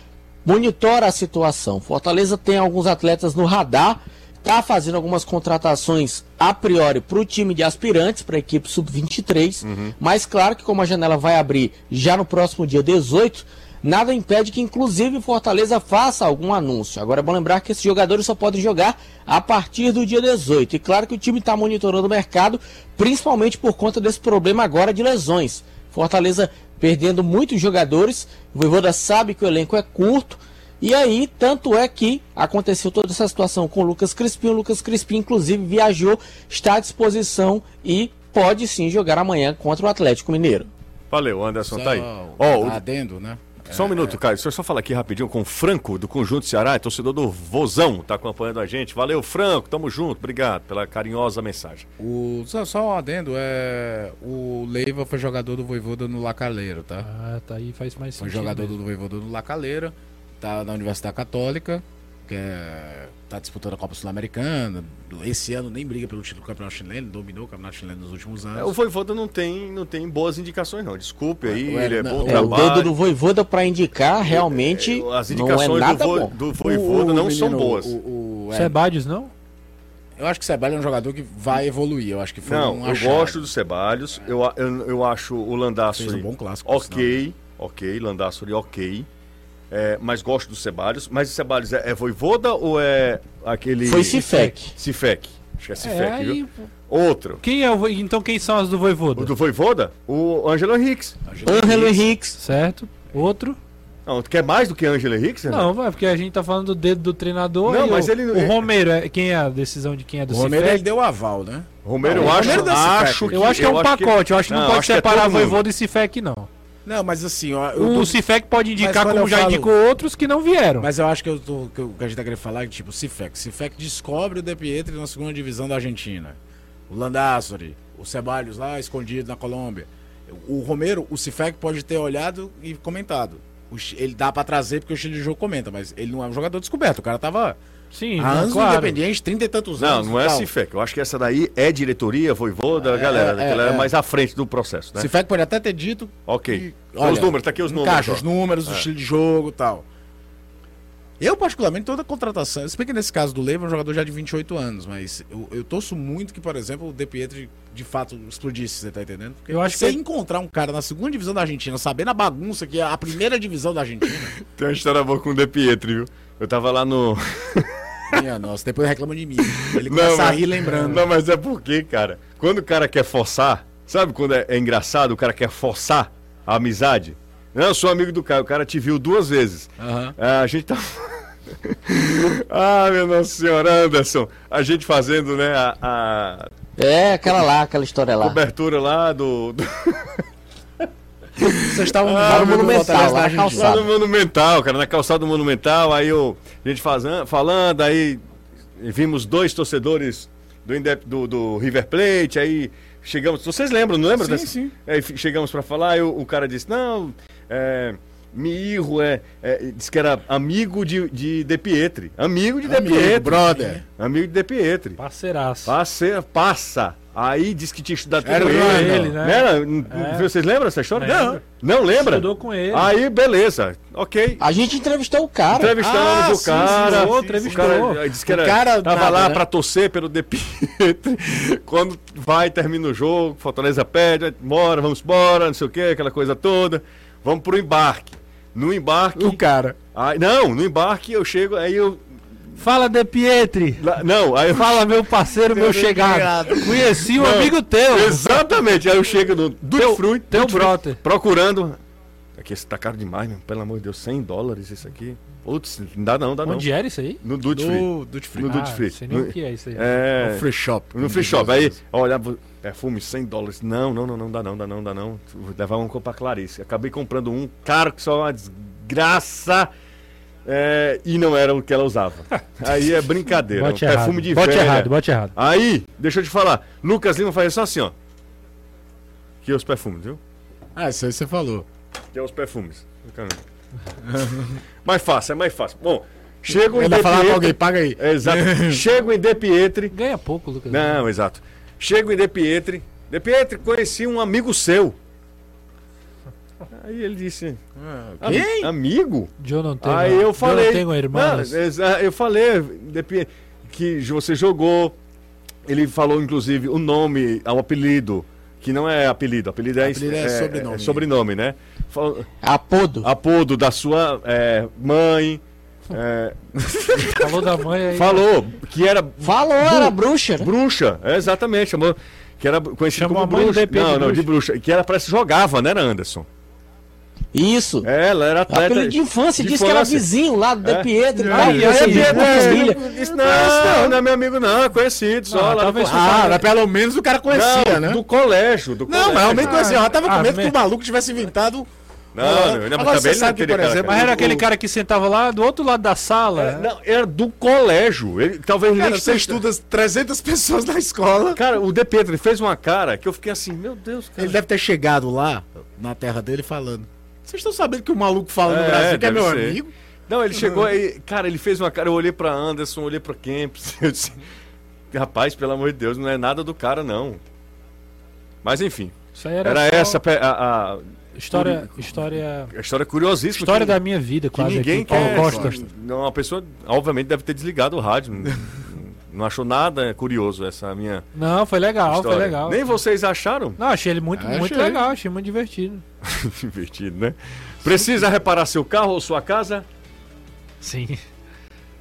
monitora a situação. Fortaleza tem alguns atletas no radar, tá fazendo algumas contratações a priori para o time de aspirantes, para a equipe sub-23, mas claro que como a janela vai abrir já no próximo dia 18, nada impede que inclusive o Fortaleza faça algum anúncio. Agora é bom lembrar que esses jogadores só podem jogar a partir do dia 18. E claro que o time está monitorando o mercado, principalmente por conta desse problema agora de lesões. Fortaleza perdendo muitos jogadores. O Voivoda sabe que o elenco é curto. E aí, tanto é que aconteceu toda essa situação com o Lucas Crispim. O Lucas Crispim, inclusive, viajou, está à disposição e pode sim jogar amanhã contra o Atlético Mineiro.
Valeu, Anderson,
Só
tá aí. Ó,
um
o-
adendo, né?
Só um minuto, Caio. Deixa eu só falar aqui rapidinho com o Franco, do Conjunto Ceará, é torcedor do Vozão, tá acompanhando a gente. Valeu, Franco, tamo junto, obrigado pela carinhosa mensagem.
O, só, só um adendo, é, o Leiva foi jogador do Voivoda no Lacaleiro, tá?
Ah, tá aí, faz mais
Foi um
sentido.
jogador
mesmo.
do Voivoda no Lacaleira, tá na Universidade Católica, que é, tá disputando a Copa Sul-Americana, esse ano nem briga pelo título do campeonato chileno, dominou o campeonato chileno nos últimos anos.
É, o Voivoda não tem, não tem boas indicações, não. Desculpe aí,
Ué,
ele é
não,
bom
é,
É, o
trabalho.
dedo do Voivoda para indicar realmente
As
não é
indicações
nada
do, Vo,
bom.
do Voivoda
O- o
não são
menino,
boas.
o- o- é,
Sebadios, não?
eu acho que o Sebalho é um jogador que vai evoluir, eu acho que foi
não,
um
eu
achado.
gosto do Ceballos, eu, a- eu, eu acho o Landaço
Fez um bom clássico. por sinal. né?
ok, ok, Landaço ok. É, mas gosto do Ceballos. Mas o Ceballos é, é Voivoda ou é aquele...
Foi Cifec.
Cifec. Esquece
É,
fé aqui, viu?
aí,
Outro.
quem é o, vo- então quem são as do
O
Voivoda?
do Voivoda? O Ângelo Henriques.
Ângelo Henriques.
Certo? Outro?
Não, tu quer mais do que Ângelo Henriques? Renato?
Não, vai, porque a gente tá falando do dedo do treinador.
É. Não,
e
mas
o,
ele-
o Romero, é, quem é a decisão de quem é do
O Romero ele
Cifec?
deu aval, né?
Romero, eu
Não, o
acho,
Romero dá esse
acho
pack.
que...
Eu acho que é um pacote, eu acho que não, pode
acho é
separar
todo mundo.
Voivoda e Cifec, não.
Não, mas assim, ó, eu tô-
O Cifec pode indicar
quando
como
eu
já
falo-
indicou outros que não vieram.
Mas eu acho que, eu tô, que o que a gente tá querendo falar é que, tipo, Cifec. Cifec descobre o De Pietri na segunda divisão da Argentina. O Landassori, o Ceballos lá escondido na Colômbia. O Romero, o Cifec pode ter olhado e comentado. O Chi- ele dá pra trazer porque o Chile de jogo comenta, mas ele não é um jogador descoberto. O cara tava
Sim,
há anos no
claro.
Independiente, trinta e tantos
Não,
anos.
não é
e tal.
Cifec. Eu acho que essa daí é diretoria, Voivoda, a
É,
galera.
é,
Aquela é,
é.
mais à frente do processo, né?
Cifec pode até ter dito.
Ok.
E-
Olha, os
olha,
números, tá aqui os números.
Caixa,
ó. É.
os
né?
números, o estilo de jogo e tal. Eu, particularmente, toda contratação. Se bem que nesse caso do Leiva é um jogador já de 28 anos, mas eu, eu torço muito que, por exemplo, o De Pietri de fato explodisse, você tá entendendo? Porque
Eu acho
você
que- é-
encontrar um cara na segunda divisão da Argentina, sabendo a bagunça que é a primeira divisão da Argentina.
Tem uma história boa com o De Pietri, viu? Eu tava lá no.
minha nossa, depois reclama de mim. Ele começa a
mas-
rir lembrando.
Não, mas é porque, cara, quando o cara quer forçar, sabe quando é, é engraçado, o cara quer forçar a amizade? Não, eu sou amigo do cara, o cara te viu duas vezes.
Aham.
Ah, a gente tá. ah, meu Nossa Senhora, Anderson. A gente fazendo, né, a-
Ah.
a,
É, aquela lá, aquela história lá.
cobertura lá do. do...
Vocês estavam no
no
barulho do
Monumental,
Fortaleza
lá
da
na
Argentina.
calçada.
Lá no Monumental, cara, na calçada do Monumental, aí eu, a gente fazan- falando, aí vimos dois torcedores do, Inde- do- do River Plate, aí chegamos, vocês lembram, não lembram?
Sim, sim.
Aí fi- chegamos pra falar, eu- o cara disse, não, é, Mirro, é, é, disse que era amigo de, de De Pietri, amigo de De
Amigo,
Pietri,
brother.
amigo de De Pietri.
Parceiraço.
Passa, passa. Aí disse que tinha estudado
Era
com
o
ele,
ele,
né?
né?
Era? N-
É.
Vocês lembram dessa história?
Lembro.
Não. Não lembra?
Estudou com ele.
Aí, beleza. Ok.
A gente entrevistou o cara.
Entrevistamos
Ah,
o
sim,
cara.
Ah, sim, sim,
o
entrevistou.
cara disse que
O
era,
cara
tava
nada,
lá
né?
pra torcer pelo De Pietri. Quando vai, termina o jogo, Fortaleza pede, bora, vamos embora, não sei o que, aquela coisa toda. Vamos pro embarque. No embarque.
O cara.
Aí- não, no embarque eu chego, aí eu.
Fala de Pietri.
lá- não, aí eu
Fala meu parceiro, meu chegado. Conheci um
Não,
amigo teu.
Exatamente. Aí eu chego no Duty Free,
teu
Duty Free,
brother.
procurando. Aqui esse tá caro demais, meu. Pelo amor de Deus, 100 dólares isso aqui. Putz, não dá não, dá não.
Onde é? era isso aí?
No Duty Free.
Do, do
No Duty Free.
sei nem
No-
o que é isso aí.
É,
Free Shop.
no free shop. Aí, olha, perfume 100 dólares. Não, não, não, não dá não, dá não, dá não. Vou levar um pra Clarice. Acabei comprando um caro que só é uma desgraça. é, e não era o que ela usava. Aí é brincadeira.
Bote
é um
errado.
perfume de
bote
velha.
errado, bote errado.
Aí, deixa eu te falar. Lucas Lima faz só assim, ó. Que é os perfumes, viu?
Ah, isso aí você falou.
Que é os perfumes. Caramba. mais fácil, é mais fácil. Bom, chego em
Ainda
De
falar pra
Pietri...
alguém, paga aí.
É, Exato. chego em De Pietri...
Ganha pouco, Lucas.
Não, exato. Chego em De Pietri... De Pietri, conheci um amigo seu. Aí ele disse... "Am-
Quem?
Amigo?
Eu não tenho.
Aí eu falei.
Eu tenho irmãs.
Não, é. exa- eu falei depe- que você jogou. Ele falou, inclusive, o nome, o apelido, que não é apelido, apelido é,
Apelido é sobrenome.
é sobrenome, né? Fal-
Apodo.
Ah. Apodo da sua é, mãe. é,
Falou da mãe aí.
falou que era
Falou, era bruxa. né?
bruxa, é, exatamente, chamou. Que era conhecido
Chamou
como
a mãe do
bruxa.
DP de
Não, não, de bruxa. Que ela parece que jogava, né, era Anderson? É,
Isso.
É,
Ela era atleta.
tá
Apelido de Ah, infância,
de
disse que era
infância.
vizinho lá do De
É,
Pietro. lá,
Aí,
que você
aí, Pedro,
viu né, com a
é,
Assim, família.
disse, não, não, não é meu amigo, não, é conhecido. Só
Não,
lá
talvez
do...
fosse
Ah,
Ah, mas pelo menos o cara conhecia,
não,
né?
do colégio. Do
Não, mas
colégio.
eu nem conhecia. Eu já tava com
Ah,
medo que
me-
o maluco tivesse inventado. um
Não, não, não,
Agora
mas também
você
ele não
sabe que,
teria
por
cara,
exemplo,
Mas
cara.
era aquele cara que sentava lá do outro lado da sala.
É, Não, era do colégio. Ele, talvez ele
Cara,
nem
você
seja-
estuda 300 pessoas na escola.
Cara, o De Pedro ele fez uma cara que eu fiquei assim, meu Deus, cara.
Ele deve ter chegado lá, na terra dele, falando. Vocês estão sabendo que o maluco fala
É,
no Brasil que é
deve
meu
ser.
amigo?
Não, ele chegou aí, cara, ele fez uma cara, eu olhei pra Anderson, olhei pra Kempis, eu disse, rapaz, pelo amor de Deus, não é nada do cara, não. Mas enfim,
Isso aí
era,
era, só
essa pe- a, a-
História, história,
a história curiosíssima.
história
que-
da minha vida,
que
quase.
ninguém
aqui, Paulo
quer.
Costa.
Não, a pessoa, obviamente, deve ter desligado o rádio. não- não achou nada curioso essa minha
Não, foi legal,
história.
Ah, foi legal.
Nem vocês acharam?
Não, achei ele muito,
Achei.
muito legal, achei muito divertido.
Divertido, né? Precisa reparar seu carro ou sua casa?
Sim.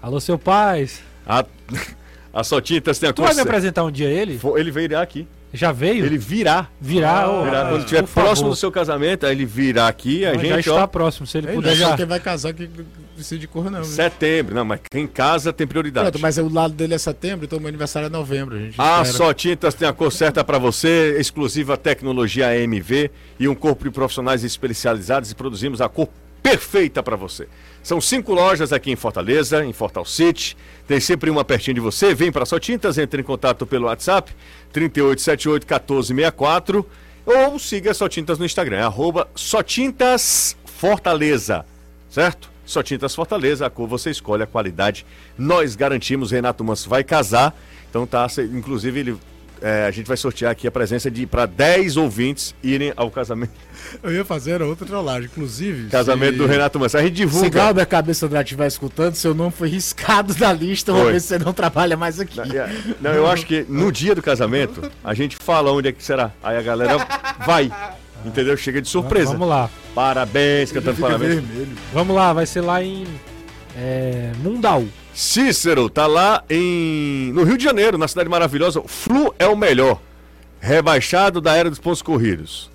Alô, seu pai.
A, A Sotintas tem a
Tu vai me
conce-
apresentar um dia ele?
Fo- Ele virá aqui.
Já veio?
Ele virá.
Ah, Virar, ô,
Virá.
rapaz,
Quando estiver
por favor.
próximo do seu casamento, aí ele virá aqui, a
Mas já
gente,
está
ó.
próximo, se ele
Ei, não
puder
é só
já.
quem vai casar que precisa de cor, não. viu?
Setembro. Não, mas quem casa tem prioridade.
Pronto, mas o lado dele é setembro, então meu aniversário é novembro, gente.
A
Espera.
Ah, Só Tintas tem a cor certa para você, exclusiva tecnologia AMV e um corpo de profissionais especializados e produzimos a cor perfeita para você. São cinco lojas aqui em Fortaleza, em Fortal City. Tem sempre uma pertinho de você. Vem para Só Tintas, entre em contato pelo WhatsApp 3878 1464 ou siga a Só Tintas no Instagram, é arroba Só Tintas Fortaleza, certo? Só Tintas Fortaleza, a cor você escolhe, a qualidade nós garantimos. Renato Manso vai casar, então tá, cê- inclusive ele, é, a gente vai sortear aqui a presença de para 10 ouvintes irem ao casamento,
Eu ia fazer outra trollagem, inclusive.
casamento
se-
do Renato Manso. A gente
Se
divulga.
Galber Cabeça Andrade estiver escutando, seu nome foi riscado da lista,
Foi.
uma vez que você não trabalha mais aqui.
É, Não, eu acho que no dia do casamento a gente fala onde é que será. Aí a galera vai, entendeu? Chega de surpresa.
Vamos lá.
Parabéns, cantando parabéns.
vermelho.
Vamos lá, vai ser lá em é, Mundau.
Cícero tá lá em no Rio de Janeiro, na cidade maravilhosa. O Flu é o melhor. Rebaixado da era dos pontos corridos.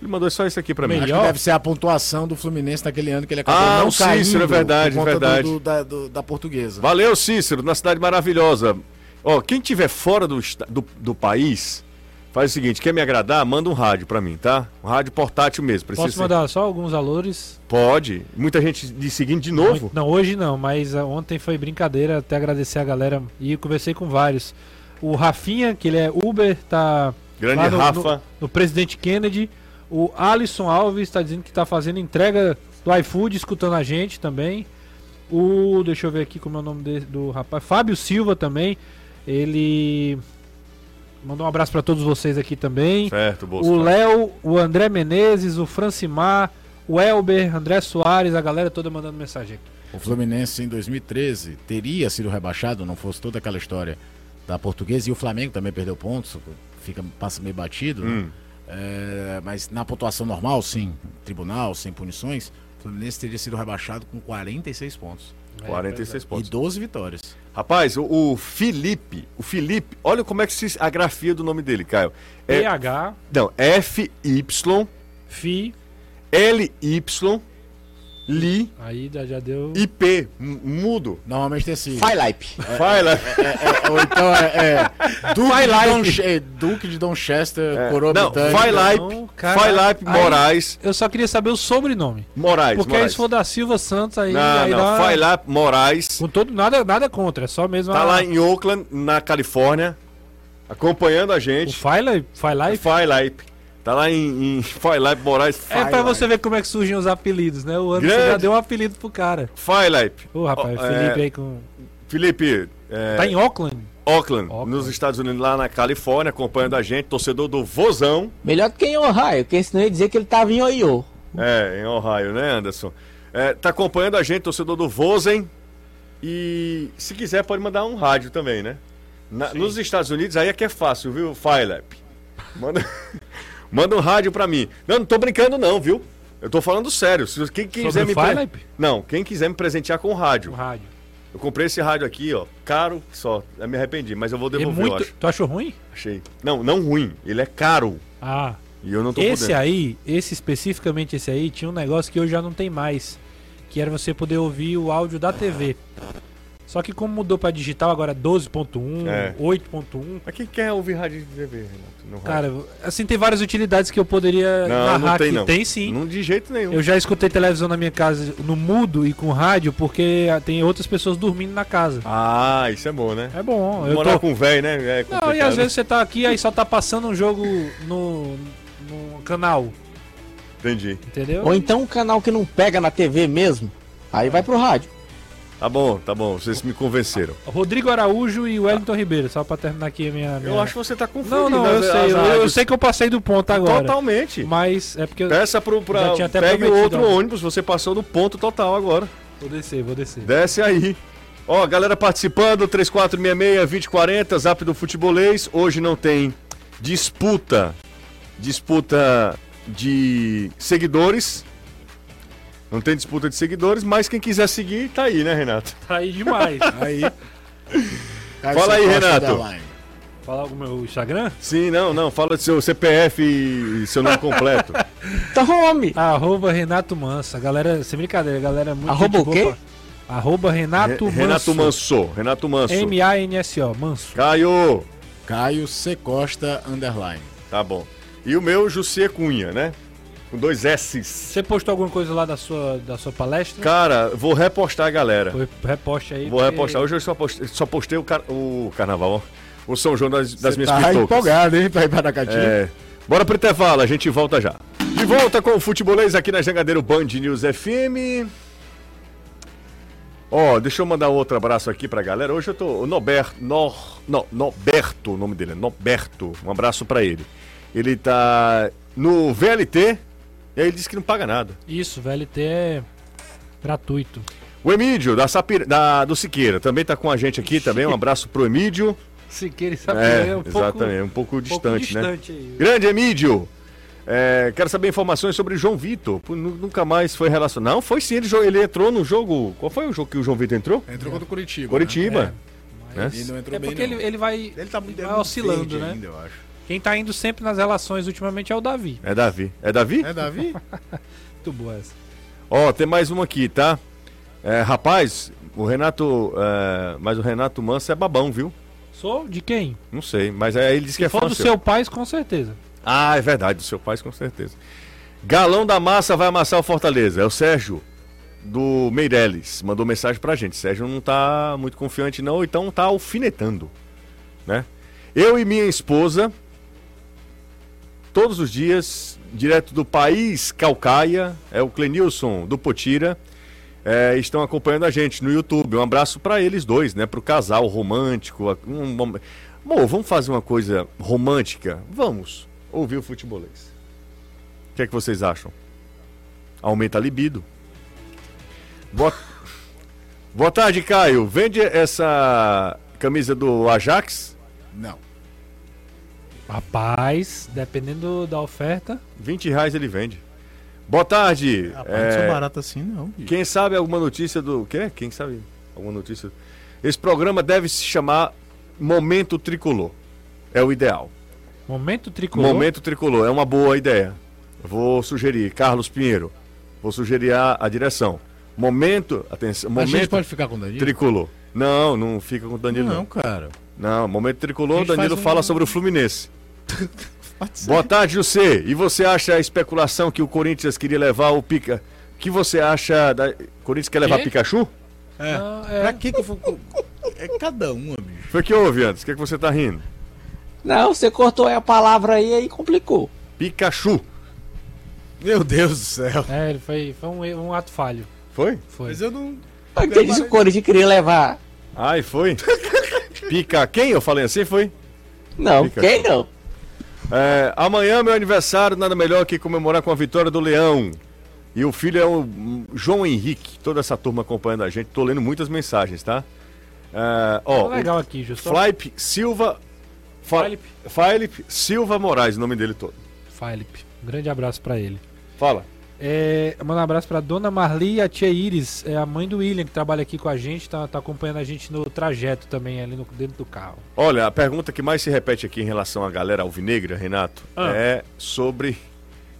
Ele mandou só isso aqui pra mim.
Acho que
Melhor?
deve ser a pontuação do Fluminense naquele ano que ele acabou
Ah,
não
o Cícero, é
caindo.
verdade,
por conta
verdade.
do- do- da, do- da portuguesa.
Valeu, Cícero, na cidade maravilhosa. Ó, quem tiver fora do, esta- do, do país, faz o seguinte, quer me agradar, manda um rádio pra mim, tá? Um rádio portátil mesmo, precisa
Posso
ser-
mandar só alguns valores?
Pode. Muita gente de seguindo de novo.
Não, hoje não, mas ah, ontem foi brincadeira, até agradecer a galera e eu conversei com vários. O Rafinha, que ele é Uber, tá
Grande
lá no,
Rafa.
No, no presidente Kennedy. O Alisson Alves está dizendo que está fazendo entrega do iFood, escutando a gente também. O. Deixa eu ver aqui como é o nome de- do rapaz. Fábio Silva também. Ele. Mandou um abraço para todos vocês aqui também.
Certo,
O
Bolsonaro.
Léo, o André Menezes, o Francimar, o Elber, André Soares, a galera toda mandando mensagem aqui.
O Fluminense em 2013 teria sido rebaixado, não fosse toda aquela história da portuguesa, e o Flamengo também perdeu pontos, fica, passa meio batido, né?
Hum.
É, mas na pontuação normal, sem tribunal, sem punições, o Fluminense teria sido rebaixado com 46 pontos
É, 46 pontos.
e 12 vitórias.
Rapaz, o, o Felipe, o Felipe, olha como é que se a grafia do nome dele, Caio. É,
PH,
Não, F Y
FI,
L Y Li
aí já já deu.
I P M- mudo.
Normalmente tem assim.
Failaip.
Vai lá.
é, ou então é, é, Duque, de Don, é, Duque de Donchester,
É,
coroa
Não,
britânica.
vai lá,
Não, cara.
vai lá, Moraes,
Eu só queria saber o sobrenome.
Moraes,
Porque aí
Moraes.
se for da Silva Santos, aí,
Não,
aí
não,
dá-
vai lá, Moraes.
Com todo, nada, nada contra, é só mesmo
Tá
a-
lá em Oakland, na Califórnia, acompanhando a
o
gente.
File, File Life.
Vai lá, tá lá em, em vai lá, Moraes.
É pra você ver como é que surgem os apelidos, né? O Anderson
Grande.
já deu um apelido pro cara.
Vai lá.
Ô, rapaz,
Ó,
Felipe
é,
aí com.
Felipe, é,
Tá em Auckland?
Oakland,
Oakland.
nos Estados Unidos, lá na Califórnia, acompanhando a gente, torcedor do Vozão,
Melhor do que em Ohio, porque senão ia dizer que ele tava em Ohio.
é, em Ohio, né, Anderson? É, tá acompanhando a gente, torcedor do Vozen, e se quiser pode mandar um rádio também, né? Na- nos Estados Unidos, aí é que é fácil, viu, Firelap? Manda, manda um rádio pra mim. Não, não tô brincando não, viu? Eu tô falando sério. Se quem quiser
Sobre
me
o Firelap?
Não, quem quiser me presentear com
O
rádio.
rádio.
Eu comprei esse rádio aqui, ó, caro só. Eu me arrependi, mas eu vou
É
devolver, eu
muito...
acho.
Tu achou ruim?
Achei. Não, não ruim. Ele é caro.
Ah.
E eu não tô
Esse
podendo.
aí, esse especificamente esse aí, tinha um negócio que hoje já não tem mais. Que era você poder ouvir o áudio da TV. Só que como mudou pra digital agora é 12.1,
É.
8.1,
Mas quem quer ouvir rádio de TV, Renato? No rádio?
cara, assim tem várias utilidades que eu poderia
não, não tem
aqui.
não.
Tem sim.
Não de jeito nenhum.
Eu já escutei televisão na minha casa no mudo e com rádio porque ah, tem outras pessoas dormindo na casa.
Ah, isso é bom, né?
É bom, eu
Morar
tô...
com o velho, né? É complicado.
Não, e às vezes você tá aqui aí só tá passando um jogo no, no canal,
Entendi.
entendeu?
Ou então um canal que não pega na TV mesmo, aí vai pro rádio.
Tá bom, tá bom. Vocês me convenceram.
Rodrigo Araújo e Wellington Ribeiro, só pra terminar aqui a minha. minha...
que você tá
É. Não, não, eu sei. Eu, eu sei que eu passei do ponto
Então
agora.
Totalmente.
Mas é porque eu
Peça pro. Pra,
Já tinha até
pegue
prometido,
outro
ó.
ônibus, você passou no ponto total agora.
vou descer, vou descer.
Desce aí. Ó, galera participando, 3466-2040, zap do futebolês. Hoje não tem disputa, disputa de seguidores. Não tem disputa de seguidores, mas quem quiser seguir, tá aí, né, Renato?
Tá aí demais.
Aí, Caio
Fala aí,
Sacosta
Renato.
Underline.
Falar o meu Instagram?
Sim, não, não. Fala do seu CPF e seu nome completo.
Então, Tome!
Arroba Renato Mansa. Galera, sem brincadeira, galera é muito
Arroba
gente
o quê?
boa, pô. Arroba Renato
Re-
Manso.
Renato Manso. Renato Manso.
M-A-N-S-O, Manso.
Caio.
Caio C. Costa Underline.
Tá bom. E o meu, Jussier Cunha, né? Com dois S's.
Você postou alguma coisa lá da sua, da sua palestra?
Cara, vou repostar a galera.
Foi, reposte aí.
Vou
porque-
repostar. Hoje eu só postei, só postei o, car- o carnaval, ó. O São João das, das
Você
minhas
tá
pitocas.
empolgado, hein, pra ir pra Aracati.
É. Bora pro intervalo, a gente volta já. De volta com o Futebolês aqui na Jangadeiro Band News FM. Ó, deixa eu mandar um outro abraço aqui pra galera. Hoje eu tô. O Noberto. Nor, não, Noberto, o nome dele é Noberto. Um abraço pra ele. Ele tá no VLT e aí ele disse que não paga nada.
Isso, VLT é gratuito.
O Emílio, da, Sapir, da do Siqueira, também tá com a gente aqui também. Um abraço pro Emílio.
Siqueira e Sapiranga
É,
um pouco-
exatamente, um pouco
pouco
distante, né?
distante aí.
Grande Emílio! É, quero saber informações sobre João Vitor. Pô, nu- Nunca mais foi relacionado. Não, foi sim, ele, jo- ele entrou no jogo. Qual foi o jogo que o João Vitor entrou?
Entrou contra o Curitiba.
Curitiba.
Né?
né?
Ele não entrou
É
bem,
porque ele,
não.
ele vai,
Ele tá muito
vai
muito
oscilando,
verde
né?
Ainda, eu acho.
Quem tá indo sempre nas relações ultimamente é o Davi.
É Davi. É Davi?
É, Davi?
Muito boa essa.
Ó, tem mais uma aqui, tá? É, rapaz, o Renato. é, mas o Renato Manso é babão, viu?
Sou de quem?
Não sei, mas aí ele disse que é
For
fã
do
seu.
seu pai, com certeza.
Ah, é verdade, do seu pai, com certeza. Galão da Massa vai amassar o Fortaleza. É o Sérgio do Meirelles. Mandou mensagem pra gente. Sérgio não tá muito confiante, não, então tá alfinetando. Né? Eu e minha esposa, todos os dias, direto do país Calcaia, é o Clenilson do Potira, é, estão acompanhando a gente no YouTube. Um abraço pra eles dois, né? Pro casal romântico. a- Um, um, Bom, vamos fazer uma coisa romântica? Vamos ouvir o futebolês. O que é que vocês acham? Aumenta a libido. Boa, Boa tarde, Caio. Vende essa camisa do Ajax?
Não.
Rapaz, dependendo da oferta.
20 reais ele vende. Boa tarde.
Rapaz, não
É,
sou barato assim, não, bicho.
Quem sabe alguma notícia do. Quê? Quem sabe alguma notícia? Esse programa deve se chamar Momento Tricolor. É o ideal.
Momento tricolor.
Momento tricolor, é uma boa ideia. Vou sugerir, Carlos Pinheiro. Vou sugerir a, a direção. Momento, atenção,
Mas a gente
momento
pode ficar com o Danilo?
tricolor. Não, não fica com o Danilo
Não,
não.
cara.
Não, momento
A
tricolor,
gente
Danilo
faz um-
fala sobre o Fluminense.
Pode ser.
Boa tarde, José. E você acha a especulação que o Corinthians queria levar o Pica? que você acha da Corinthians quer levar
Quê?
Pikachu?
Ah,
Pra
é,
que que eu vou... É cada um, bicho.
Foi o que houve antes? O que, é que você tá rindo?
Não, você cortou aí a palavra aí e complicou.
Pikachu.
Meu Deus do céu.
é, ele foi, foi um, erro, um ato falho.
Foi?
Foi.
Mas eu não...
Mas Quem disse que o Corinthians queria levar?
Ai, foi. Pica quem? Eu falei assim, foi?
Não,
Fica.
quem não?
É, amanhã, meu aniversário, nada melhor que comemorar com a vitória do Leão. E o filho é o hum, João Henrique. Toda essa turma acompanhando a gente. Tô lendo muitas mensagens, tá? É,
Tá
ó,
legal aqui, Justo.
Filipe Silva. Fa-
Filipe.
Filipe Silva Moraes, o nome dele todo.
Filipe. Um grande abraço pra ele.
Fala.
É, manda um abraço pra dona Marli e a tia Iris, é a mãe do William, que trabalha aqui com a gente, tá, tá acompanhando a gente no trajeto também, ali no, dentro do carro.
Olha, a pergunta que mais se repete aqui em relação à galera alvinegra, Renato,
Ah.
é sobre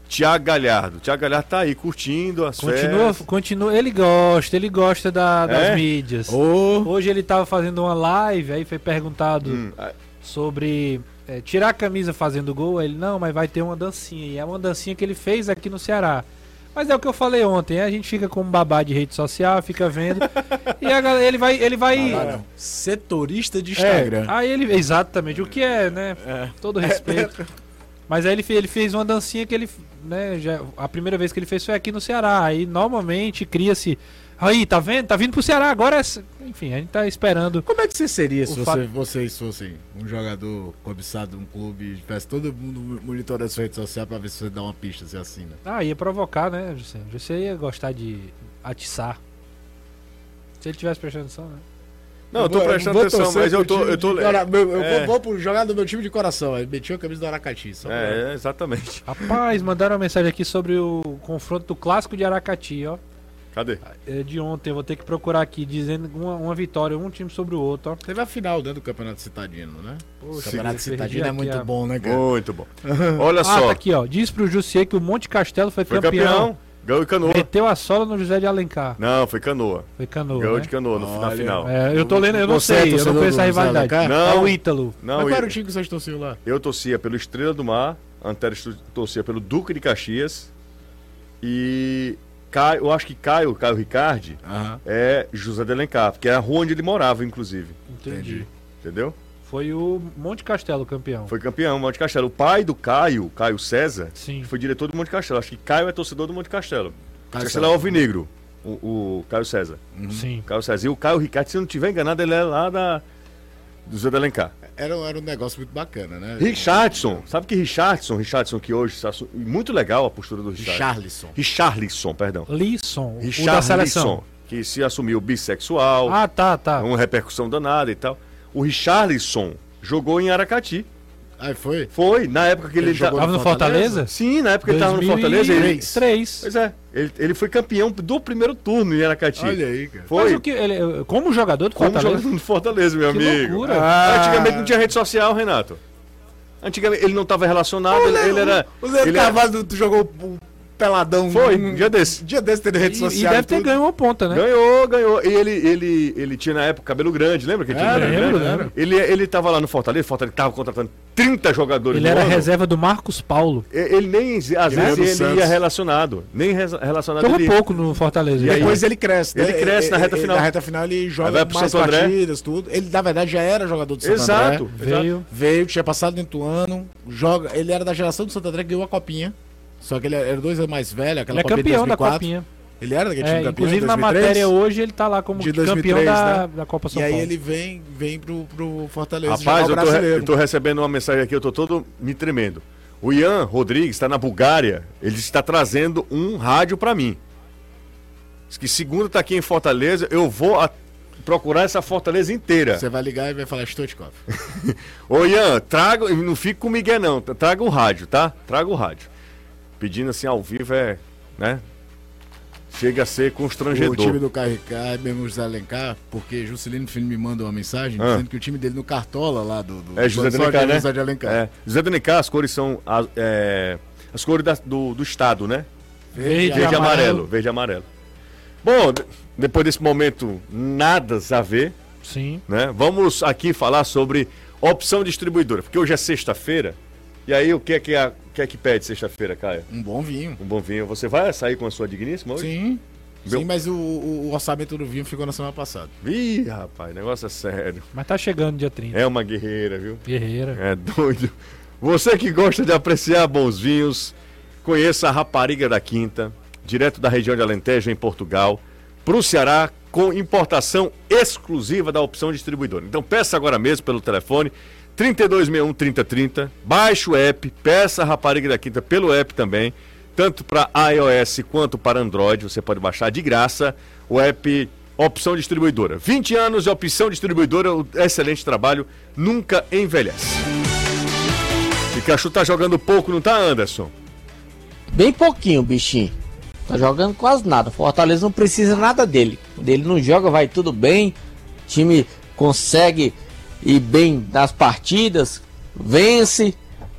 Tiago Galhardo. Tiago Galhardo tá aí curtindo as
Continua,
férias.
continua, ele gosta, ele gosta da- das
É?
mídias.
Ô,
Hoje ele tava fazendo uma live, aí foi perguntado
Hum, a-
sobre é, tirar a camisa fazendo gol. Aí ele, não, mas vai ter uma dancinha. E é uma dancinha que ele fez aqui no Ceará. Mas é o que eu falei ontem, a gente fica como babá de rede social, fica vendo. e a galera, ele vai. Ele vai
Caralho.
setorista de
é,
Instagram.
aí ele. Exatamente, o que é, né? Todo respeito. Mas aí ele, fe- ele fez uma dancinha que ele. Né, já, a primeira vez que ele fez foi aqui no Ceará. Aí normalmente cria-se. Aí, tá vendo? Tá vindo pro Ceará agora. é c-" Enfim, a gente tá esperando.
Como é que você seria
O
se
fa-
você...
Vocês fossem um jogador cobiçado de um clube, tivesse todo mundo monitorando sua rede social pra ver se você dá uma pista, se assina.
Ah, ia provocar, né, José? Você ia gostar de atiçar. Se ele tivesse prestando atenção, né?
Não, eu tô
vou-
prestando
vou
atenção,
torcer
mas eu
pro
tô.
time
Eu tô...
de cora- meu- eu
É.
vou- vou pro jogar do meu time de coração. Aí metiu a camisa do Aracati. Só pra-
É, exatamente.
Rapaz, mandaram uma mensagem aqui sobre o confronto do clássico de Aracati, ó.
Cadê?
É de ontem, eu vou ter que procurar aqui, dizendo uma, uma vitória, um time sobre o outro, ó.
Teve a final né, do Campeonato Citadino, né?
Poxa,
O
perdi
Campeonato Citadino
aqui
é muito
a-
bom, né, cara?
Muito bom. Olha
Ah, tá
só.
aqui, ó. Diz pro Jussier que o Monte Castelo foi,
Foi
campeão.
campeão. Ganhou e canoa.
Meteu a sola no José de Alencar.
Não, foi canoa.
Foi canoa.
Ganhou
né?
de canoa no, na
Olha.
final.
É, eu tô lendo, eu não
Você é
sei, eu não
torcedor
conheço
do
a
Zé
rivalidade.
Alencar?
É o
Não.
Ítalo.
Não,
Mas qual
eu-
era o time que vocês torciam lá?
Eu torcia pelo Estrela do Mar, Antero torcia pelo Duque de Caxias e Caio, eu acho que Caio, Caio Ricardi,
Aham.
é José de Alencar, porque era a rua onde ele morava, inclusive.
Entendi.
Entendeu?
Foi o Monte Castelo campeão.
Foi campeão Monte Castelo. O pai do Caio, Caio César,
Sim.
que foi diretor do Monte Castelo. Acho que Caio é torcedor do Monte Castelo. Monte
Caio
Castelo é alvinegro, o, o Caio César.
Sim.
Caio César. E o Caio Ricardi, se eu não tiver enganado, ele é lá da... do José de Alencar.
Era, um- era um negócio muito bacana, né?
Richardson, sabe que Richardson, Richardson que hoje, se assu- muito legal a postura do Richardson.
Richarlison.
Richarlison, perdão.
Lisson, o da
Richarlison,
seleção.
que se assumiu bissexual,
Ah, tá, tá.
uma repercussão danada e tal. O Richarlison jogou em Aracati.
Aí foi.
Foi, na época que ele,
Ele jogou
ta-
Tava no Fortaleza?
Sim, na época que ele tava no Fortaleza. Ele...
2003.
Pois é, ele, ele foi campeão do primeiro turno em Aracati.
Olha aí, cara.
Mas
foi
o que ele, como jogador do
como
Fortaleza?
jogador do Fortaleza, meu
Que
amigo.
loucura.
Ah, Antigamente não tinha rede social, Renato. Antigamente ele não tava relacionado, ele, ele era.
O Zé
é-
ele era-
Carvalho jogou o peladão.
Foi,
um
um dia desse.
dia desse teve
E-
rede
e,
social.
deve ter
tudo.
ganho uma ponta, né?
Ganhou, ganhou. E ele, ele, ele tinha na época cabelo grande, lembra que ele tinha
É,
cabelo
lembro,
grande?
lembro.
Ele, ele tava lá no Fortaleza, o Fortaleza tava contratando 30 jogadores
Ele
no
era
ano.
reserva do Marcos Paulo.
E- Ele nem, às
Grêmio
vezes, ele
Santos.
ia relacionado. Nem re- relacionado
Jogou
ele ia.
um pouco no Fortaleza.
Tá E aí-
Depois ele cresce,
né?
Ele cresce na reta
ele-
final.
Na reta final ele joga
vai pro
mais
Santo André.
partidas, tudo. Ele, na verdade, já era jogador do Santo André.
Exato, exato.
né? veio.
Veio, tinha passado dentro do ano, joga. Ele era da geração do Santo André, que ganhou a copinha. Só que ele era dois anos mais velho, aquela
Ele é
copinha de
campeão da
2004.
Copinha.
Ele era daquele
É,
time campeão
inclusive
em
na
2003.
matéria hoje ele tá lá como
De
campeão
2003,
da, da Copa
né?
São
E aí
Paulo.
ele vem, vem pro, pro Fortaleza jogar
Rapaz, eu
o
tô, re-
brasileiro.
eu tô recebendo uma mensagem aqui, eu tô todo me tremendo. O Ian Rodrigues está na Bulgária, ele está trazendo um rádio pra mim. Diz que segunda tá aqui em Fortaleza, eu vou a- procurar essa Fortaleza inteira.
Você vai ligar e vai falar Stoichkov.
Ô Ian, traga, não fique com o Miguel não, traga o rádio, tá? Traga o rádio. Pedindo assim ao vivo é, né? Chega a ser
o time
constrangedor.
do KRK é mesmo José Alencar, porque Juscelino Filho me manda uma mensagem
Ah.
dizendo que o time dele no Cartola lá do... do
É José de
Só que
Alencar, né?
José de Alencar.
É, José de Alencar, as cores são a- é, as cores da- do, do estado, né?
Verde,
Verde e amarelo. verde e amarelo. Bom, de- depois desse momento nada a ver,
Sim.
né? Vamos aqui falar sobre opção distribuidora, porque hoje é sexta-feira. E aí o que é que a, o que é que pede sexta-feira, Caio?
Um bom vinho.
Um bom vinho. Você vai sair com a sua digníssima hoje?
Sim.
Meu-
Sim, mas o, o- o orçamento do vinho ficou na semana passada.
Ih, rapaz, o negócio é sério.
Mas tá chegando dia 30.
É uma guerreira, viu?
Guerreira.
É doido. Você que gosta de apreciar bons vinhos, conheça a Rapariga da Quinta, direto da região de Alentejo, em Portugal, para o Ceará, com importação exclusiva da opção distribuidora. Então peça agora mesmo pelo telefone 3261 3030, um, baixe o app, peça a Rapariga da Quinta pelo app também, tanto para iOS quanto para Android, você pode baixar de graça o app Opção Distribuidora. 20 anos de Opção Distribuidora, um excelente trabalho, nunca envelhece. Pikachu tá jogando pouco, não tá, Anderson?
Bem pouquinho, bichinho. Tá jogando quase nada. Fortaleza não precisa nada dele. Quando ele não joga, vai tudo bem. O time consegue ir bem nas partidas, vence.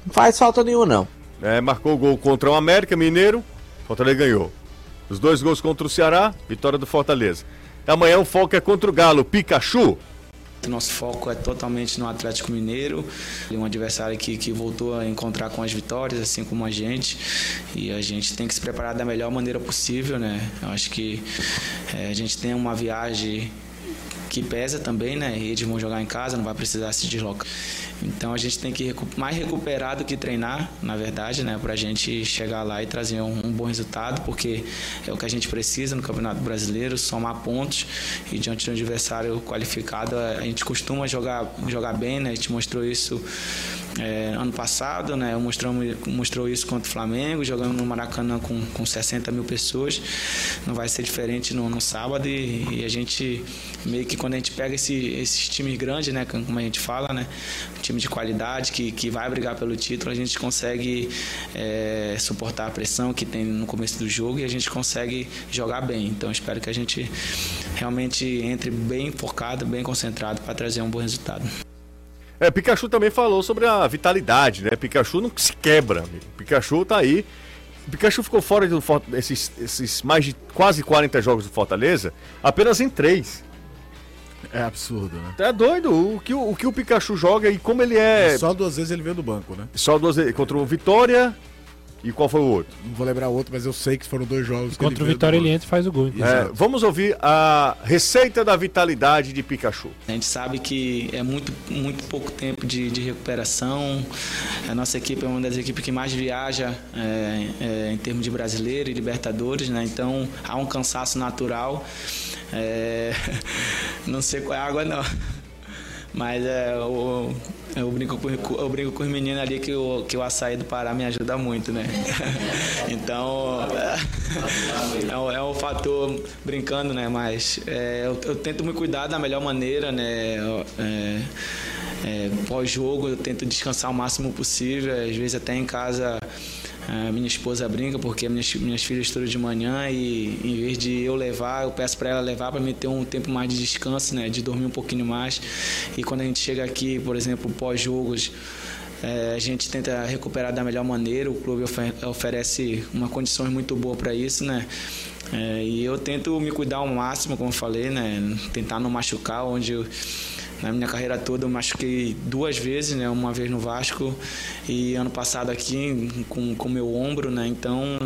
Não faz falta nenhum, não.
É, marcou o gol contra o América Mineiro, Fortaleza ganhou. Os dois gols contra o Ceará, vitória do Fortaleza. Amanhã o foco é contra o Galo. Pikachu,
Nosso foco é totalmente no Atlético Mineiro, um adversário que, que voltou a encontrar com as vitórias, assim como a gente, e a gente tem que se preparar da melhor maneira possível, né? Eu acho que eh, a gente tem uma viagem que pesa também, né? E eles vão jogar em casa, não vai precisar se deslocar. Então a gente tem que recu- mais recuperar do que treinar, na verdade, né? Pra gente chegar lá e trazer um, um bom resultado, porque é o que a gente precisa no Campeonato Brasileiro, somar pontos e diante de um adversário qualificado, a a gente costuma jogar, jogar bem, né? A gente mostrou isso É, ano passado, né, mostramos, mostrou isso contra o Flamengo, jogamos no Maracanã com, com 60 mil pessoas. Não vai ser diferente no, no sábado e, e a gente meio que quando a gente pega esse, esses times grandes, né, como a gente fala, né, um time de qualidade que, que vai brigar pelo título, a gente consegue é, suportar a pressão que tem no começo do jogo e a gente consegue jogar bem. Então espero que a gente realmente entre bem focado, bem concentrado para trazer um bom resultado.
É, Pikachu também falou sobre a vitalidade, né? Pikachu não se quebra, amigo. Pikachu tá aí. Pikachu ficou fora do Fort- esses, esses mais de quase 40 jogos do Fortaleza, apenas em três.
É absurdo, né?
É doido o que o, o que o Pikachu joga e como ele é. Só,
Só duas vezes ele veio do banco, né?
duas vezes contra o Vitória e qual foi o outro?
Não vou lembrar o outro, mas eu sei que foram dois jogos. que
Contra o
veio do
Vitória ele
banco.
entra e faz o gol. então.
É, vamos ouvir a receita da vitalidade de Pikachu.
A gente sabe que é muito, muito pouco tempo de, de recuperação. A nossa equipe é uma das equipes que mais viaja é, é, em termos de brasileiro e Libertadores, né? Então há um cansaço natural. É, não sei qual é a água, não. Mas é, o- eu, brinco com, eu brinco com os meninos ali que o, que o açaí do Pará me ajuda muito, né? Então, é, é, um, é um fator brincando, né? Mas é, eu, eu tento me cuidar da melhor maneira, né? Eu, é, é, Pós-jogo, eu tento descansar o máximo possível. Às vezes, até em casa, a minha esposa brinca porque minhas, minhas filhas estudam de manhã e em vez de eu levar, eu peço para ela levar para mim ter um tempo mais de descanso, né, de dormir um pouquinho mais. E quando a gente chega aqui, por exemplo, pós-jogos, eh, a gente tenta recuperar da melhor maneira. O clube ofe- oferece uma condições muito boa para isso, né? Eh, e eu tento me cuidar ao máximo, como eu falei, né? Tentar não machucar, onde eu, na minha carreira toda eu machuquei duas vezes, né? Uma vez no Vasco e ano passado aqui com o meu ombro, né? Então,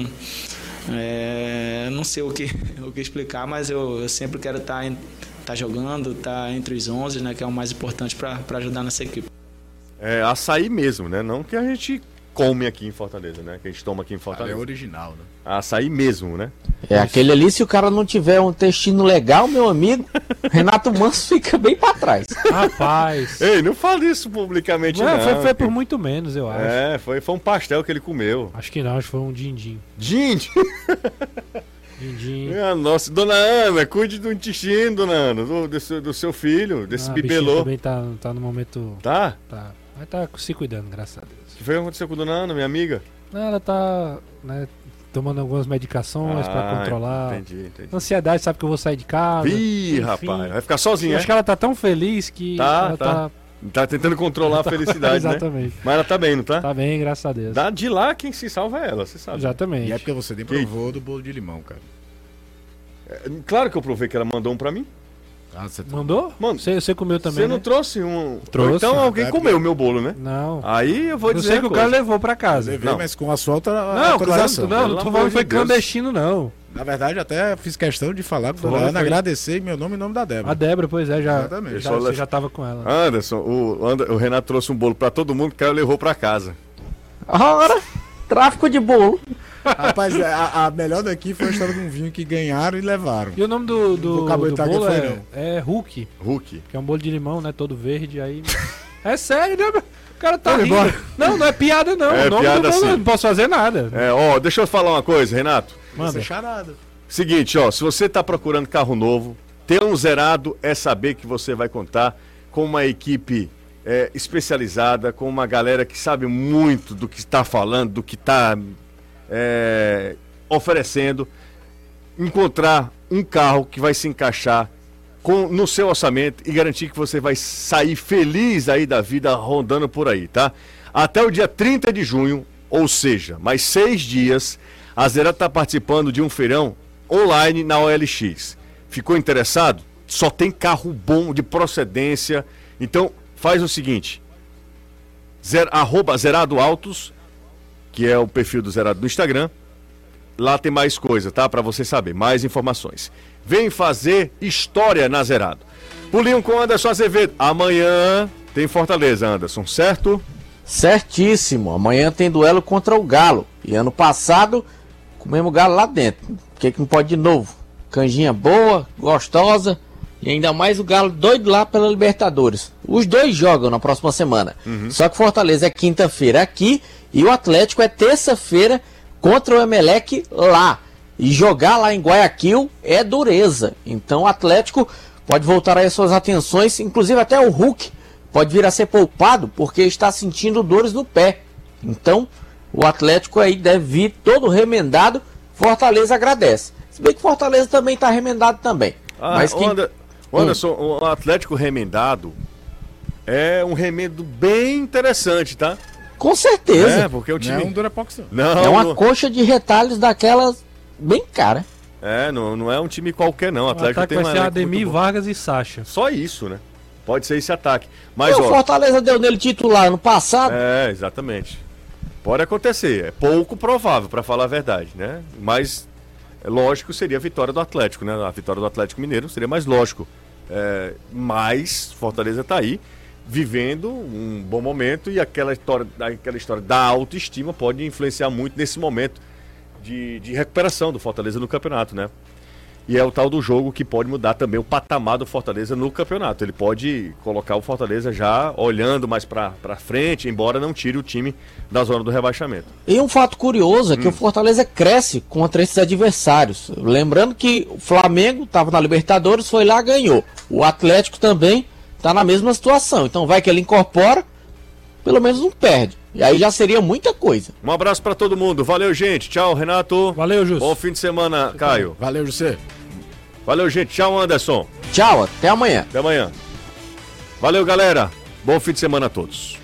é, não sei o que, o que explicar, mas eu, eu sempre quero estar jogando, estar entre os 11, né? Que é o mais importante para ajudar nessa equipe.
É, açaí mesmo, né? Não que a gente come aqui em Fortaleza, né? Que a gente toma aqui em
Cara, é
Fortaleza.
original, né?
Açaí mesmo, né?
É aquele ali, se o cara não tiver um intestino legal, meu amigo, Renato Manso fica bem pra trás.
É.
Rapaz.
Ei, não fale isso publicamente,
Ué,
não.
foi, foi por muito menos, eu acho.
É, foi, foi um pastel que ele comeu.
Acho que não, acho que foi um din-din.
Gente,
Din-din.
É,
minha nossa, dona Ana, cuide do intestino, dona Ana, do, do seu, do seu filho, desse
Ah, a bichinha
bibelô.
também tá, tá no momento.
Tá?
Tá, mas tá se cuidando, graças a Deus.
O que foi que aconteceu com dona Ana, minha amiga?
Não, ela tá né, tomando algumas medicações pra
Ah,
controlar.
Entendi, entendi.
Ansiedade, sabe que eu vou sair de casa.
Ih,
enfim.
rapaz, vai ficar sozinha.
Acho que ela tá tão feliz que
é? Tá,
ela
tá. é? Tá tentando controlar a felicidade, né?
Exatamente.
Mas ela tá bem, não tá?
Tá bem, graças a Deus.
Dá de lá quem se salva é ela, você sabe.
Exatamente.
E é porque você nem provou do bolo de limão, cara.
É, Claro que eu provei que ela mandou um pra mim.
Ah, você tá...
Mandou?
Mano,
Você, você comeu também,
Você não
né?
trouxe um.
Trouxe.
Ou Então alguém comeu o meu bolo, né?
Não.
Aí eu vou
Eu
dizer.
sei que o
uma
cara
coisa.
levou pra casa.
Levei,
Não.
mas com a sua autora...
Não, claro,
autorização.
que não,
pelo
não tô
amor
falando que
de
foi
Deus.
clandestino, não.
Na verdade, até fiz questão de falar com
Foi,
a Ana,
foi.
agradecer em meu nome e em nome da Débora.
A Débora, pois é, já,
Exatamente.
já,
Só
você
leva-
já tava com
Ah.
ela.
Anderson, o, Ander- o Renato trouxe um bolo pra todo mundo, o cara levou pra casa.
Ora, tráfico de bolo.
Rapaz, é, a, a melhor daqui foi a história de um vinho que ganharam e levaram.
E o nome do, do,
Vou caber
do
tá que
bolo
foi,
é, é Hulk,
Hulk.
que é um bolo de limão, né? Todo verde, aí... é sério, né? O cara tá
Vai
rindo.
embora.
Não, não é piada, não.
É
o nome
piada,
do bolo,
sim.
eu não posso fazer nada.
É, ó, deixa eu falar uma coisa, Renato.
Manda.
charada.
Seguinte, ó, se você tá procurando carro novo, ter um zerado é saber que você vai contar com uma equipe é, especializada, com uma galera que sabe muito do que está falando, do que está é, oferecendo. Encontrar um carro que vai se encaixar com, no seu orçamento e garantir que você vai sair feliz aí da vida rondando por aí, tá? Até o dia 30 de junho, ou seja, mais seis dias, a Zerata está participando de um feirão online na OLX. Ficou interessado? Só tem carro bom de procedência. Então, faz o seguinte: zer, arroba Zerado Autos, que é o perfil do Zerado no Instagram. Lá tem mais coisa, tá? Pra você saber, mais informações. Vem fazer história na Zerado. Pulinho com Anderson Azevedo. Amanhã tem Fortaleza, Anderson, certo?
Certíssimo. Amanhã tem duelo contra o Galo. E ano passado, comemos Galo lá dentro. Por que, que não pode de novo? Canjinha boa, gostosa, E ainda mais o Galo doido lá pela Libertadores. Os dois jogam na próxima semana. Só que Fortaleza é quinta-feira aqui e o Atlético é terça-feira contra o Emelec lá. E jogar lá em Guayaquil é dureza. Então o Atlético pode voltar aí suas atenções, inclusive até o Hulk pode vir a ser poupado porque está sentindo dores no pé. Então o Atlético aí deve vir todo remendado. Fortaleza agradece. Se bem que Fortaleza também está remendado também.
Ah,
Mas quem-
o Ander- o Anderson, o Atlético remendado é um remendo bem interessante, tá?
Com certeza.
É, porque o
Não é um
time.
Durapox, não.
Não,
É uma
não,
coxa de retalhos daquelas bem cara.
é, não, não é um time qualquer, não. O
O
Atlético
ataque
tem um
vai ser
elenco muito
Ademir,
bom.
Vargas e Sacha.
Só isso, né? Pode ser esse ataque.
E
Mas,
o
ó.
Fortaleza deu nele titular ano passado.
É, exatamente. Pode acontecer. É pouco provável, pra falar a verdade, né? Mas, é lógico, seria a vitória do Atlético, né? A vitória do Atlético Mineiro seria mais lógico. É, mas Fortaleza tá aí, vivendo um bom momento e aquela história, aquela história da autoestima pode influenciar muito nesse momento de, de recuperação do Fortaleza no campeonato, né? E é o tal do jogo que pode mudar também o patamar do Fortaleza no campeonato. Ele pode colocar o Fortaleza já olhando mais pra pra frente, embora não tire o time da zona do rebaixamento.
E um fato curioso é que o Fortaleza cresce contra esses adversários. Lembrando que o Flamengo estava na Libertadores, foi lá ganhou. O Atlético também está na mesma situação. Então vai que ele incorpora, pelo menos não perde. E aí já seria muita coisa.
Um abraço pra todo mundo. Valeu, gente. Tchau, Renato.
Valeu, Jus.
Bom fim de semana, Caio.
Valeu, José.
Valeu, gente. Tchau, Anderson.
Tchau, até amanhã.
Até amanhã. Valeu, galera. Bom fim de semana a todos.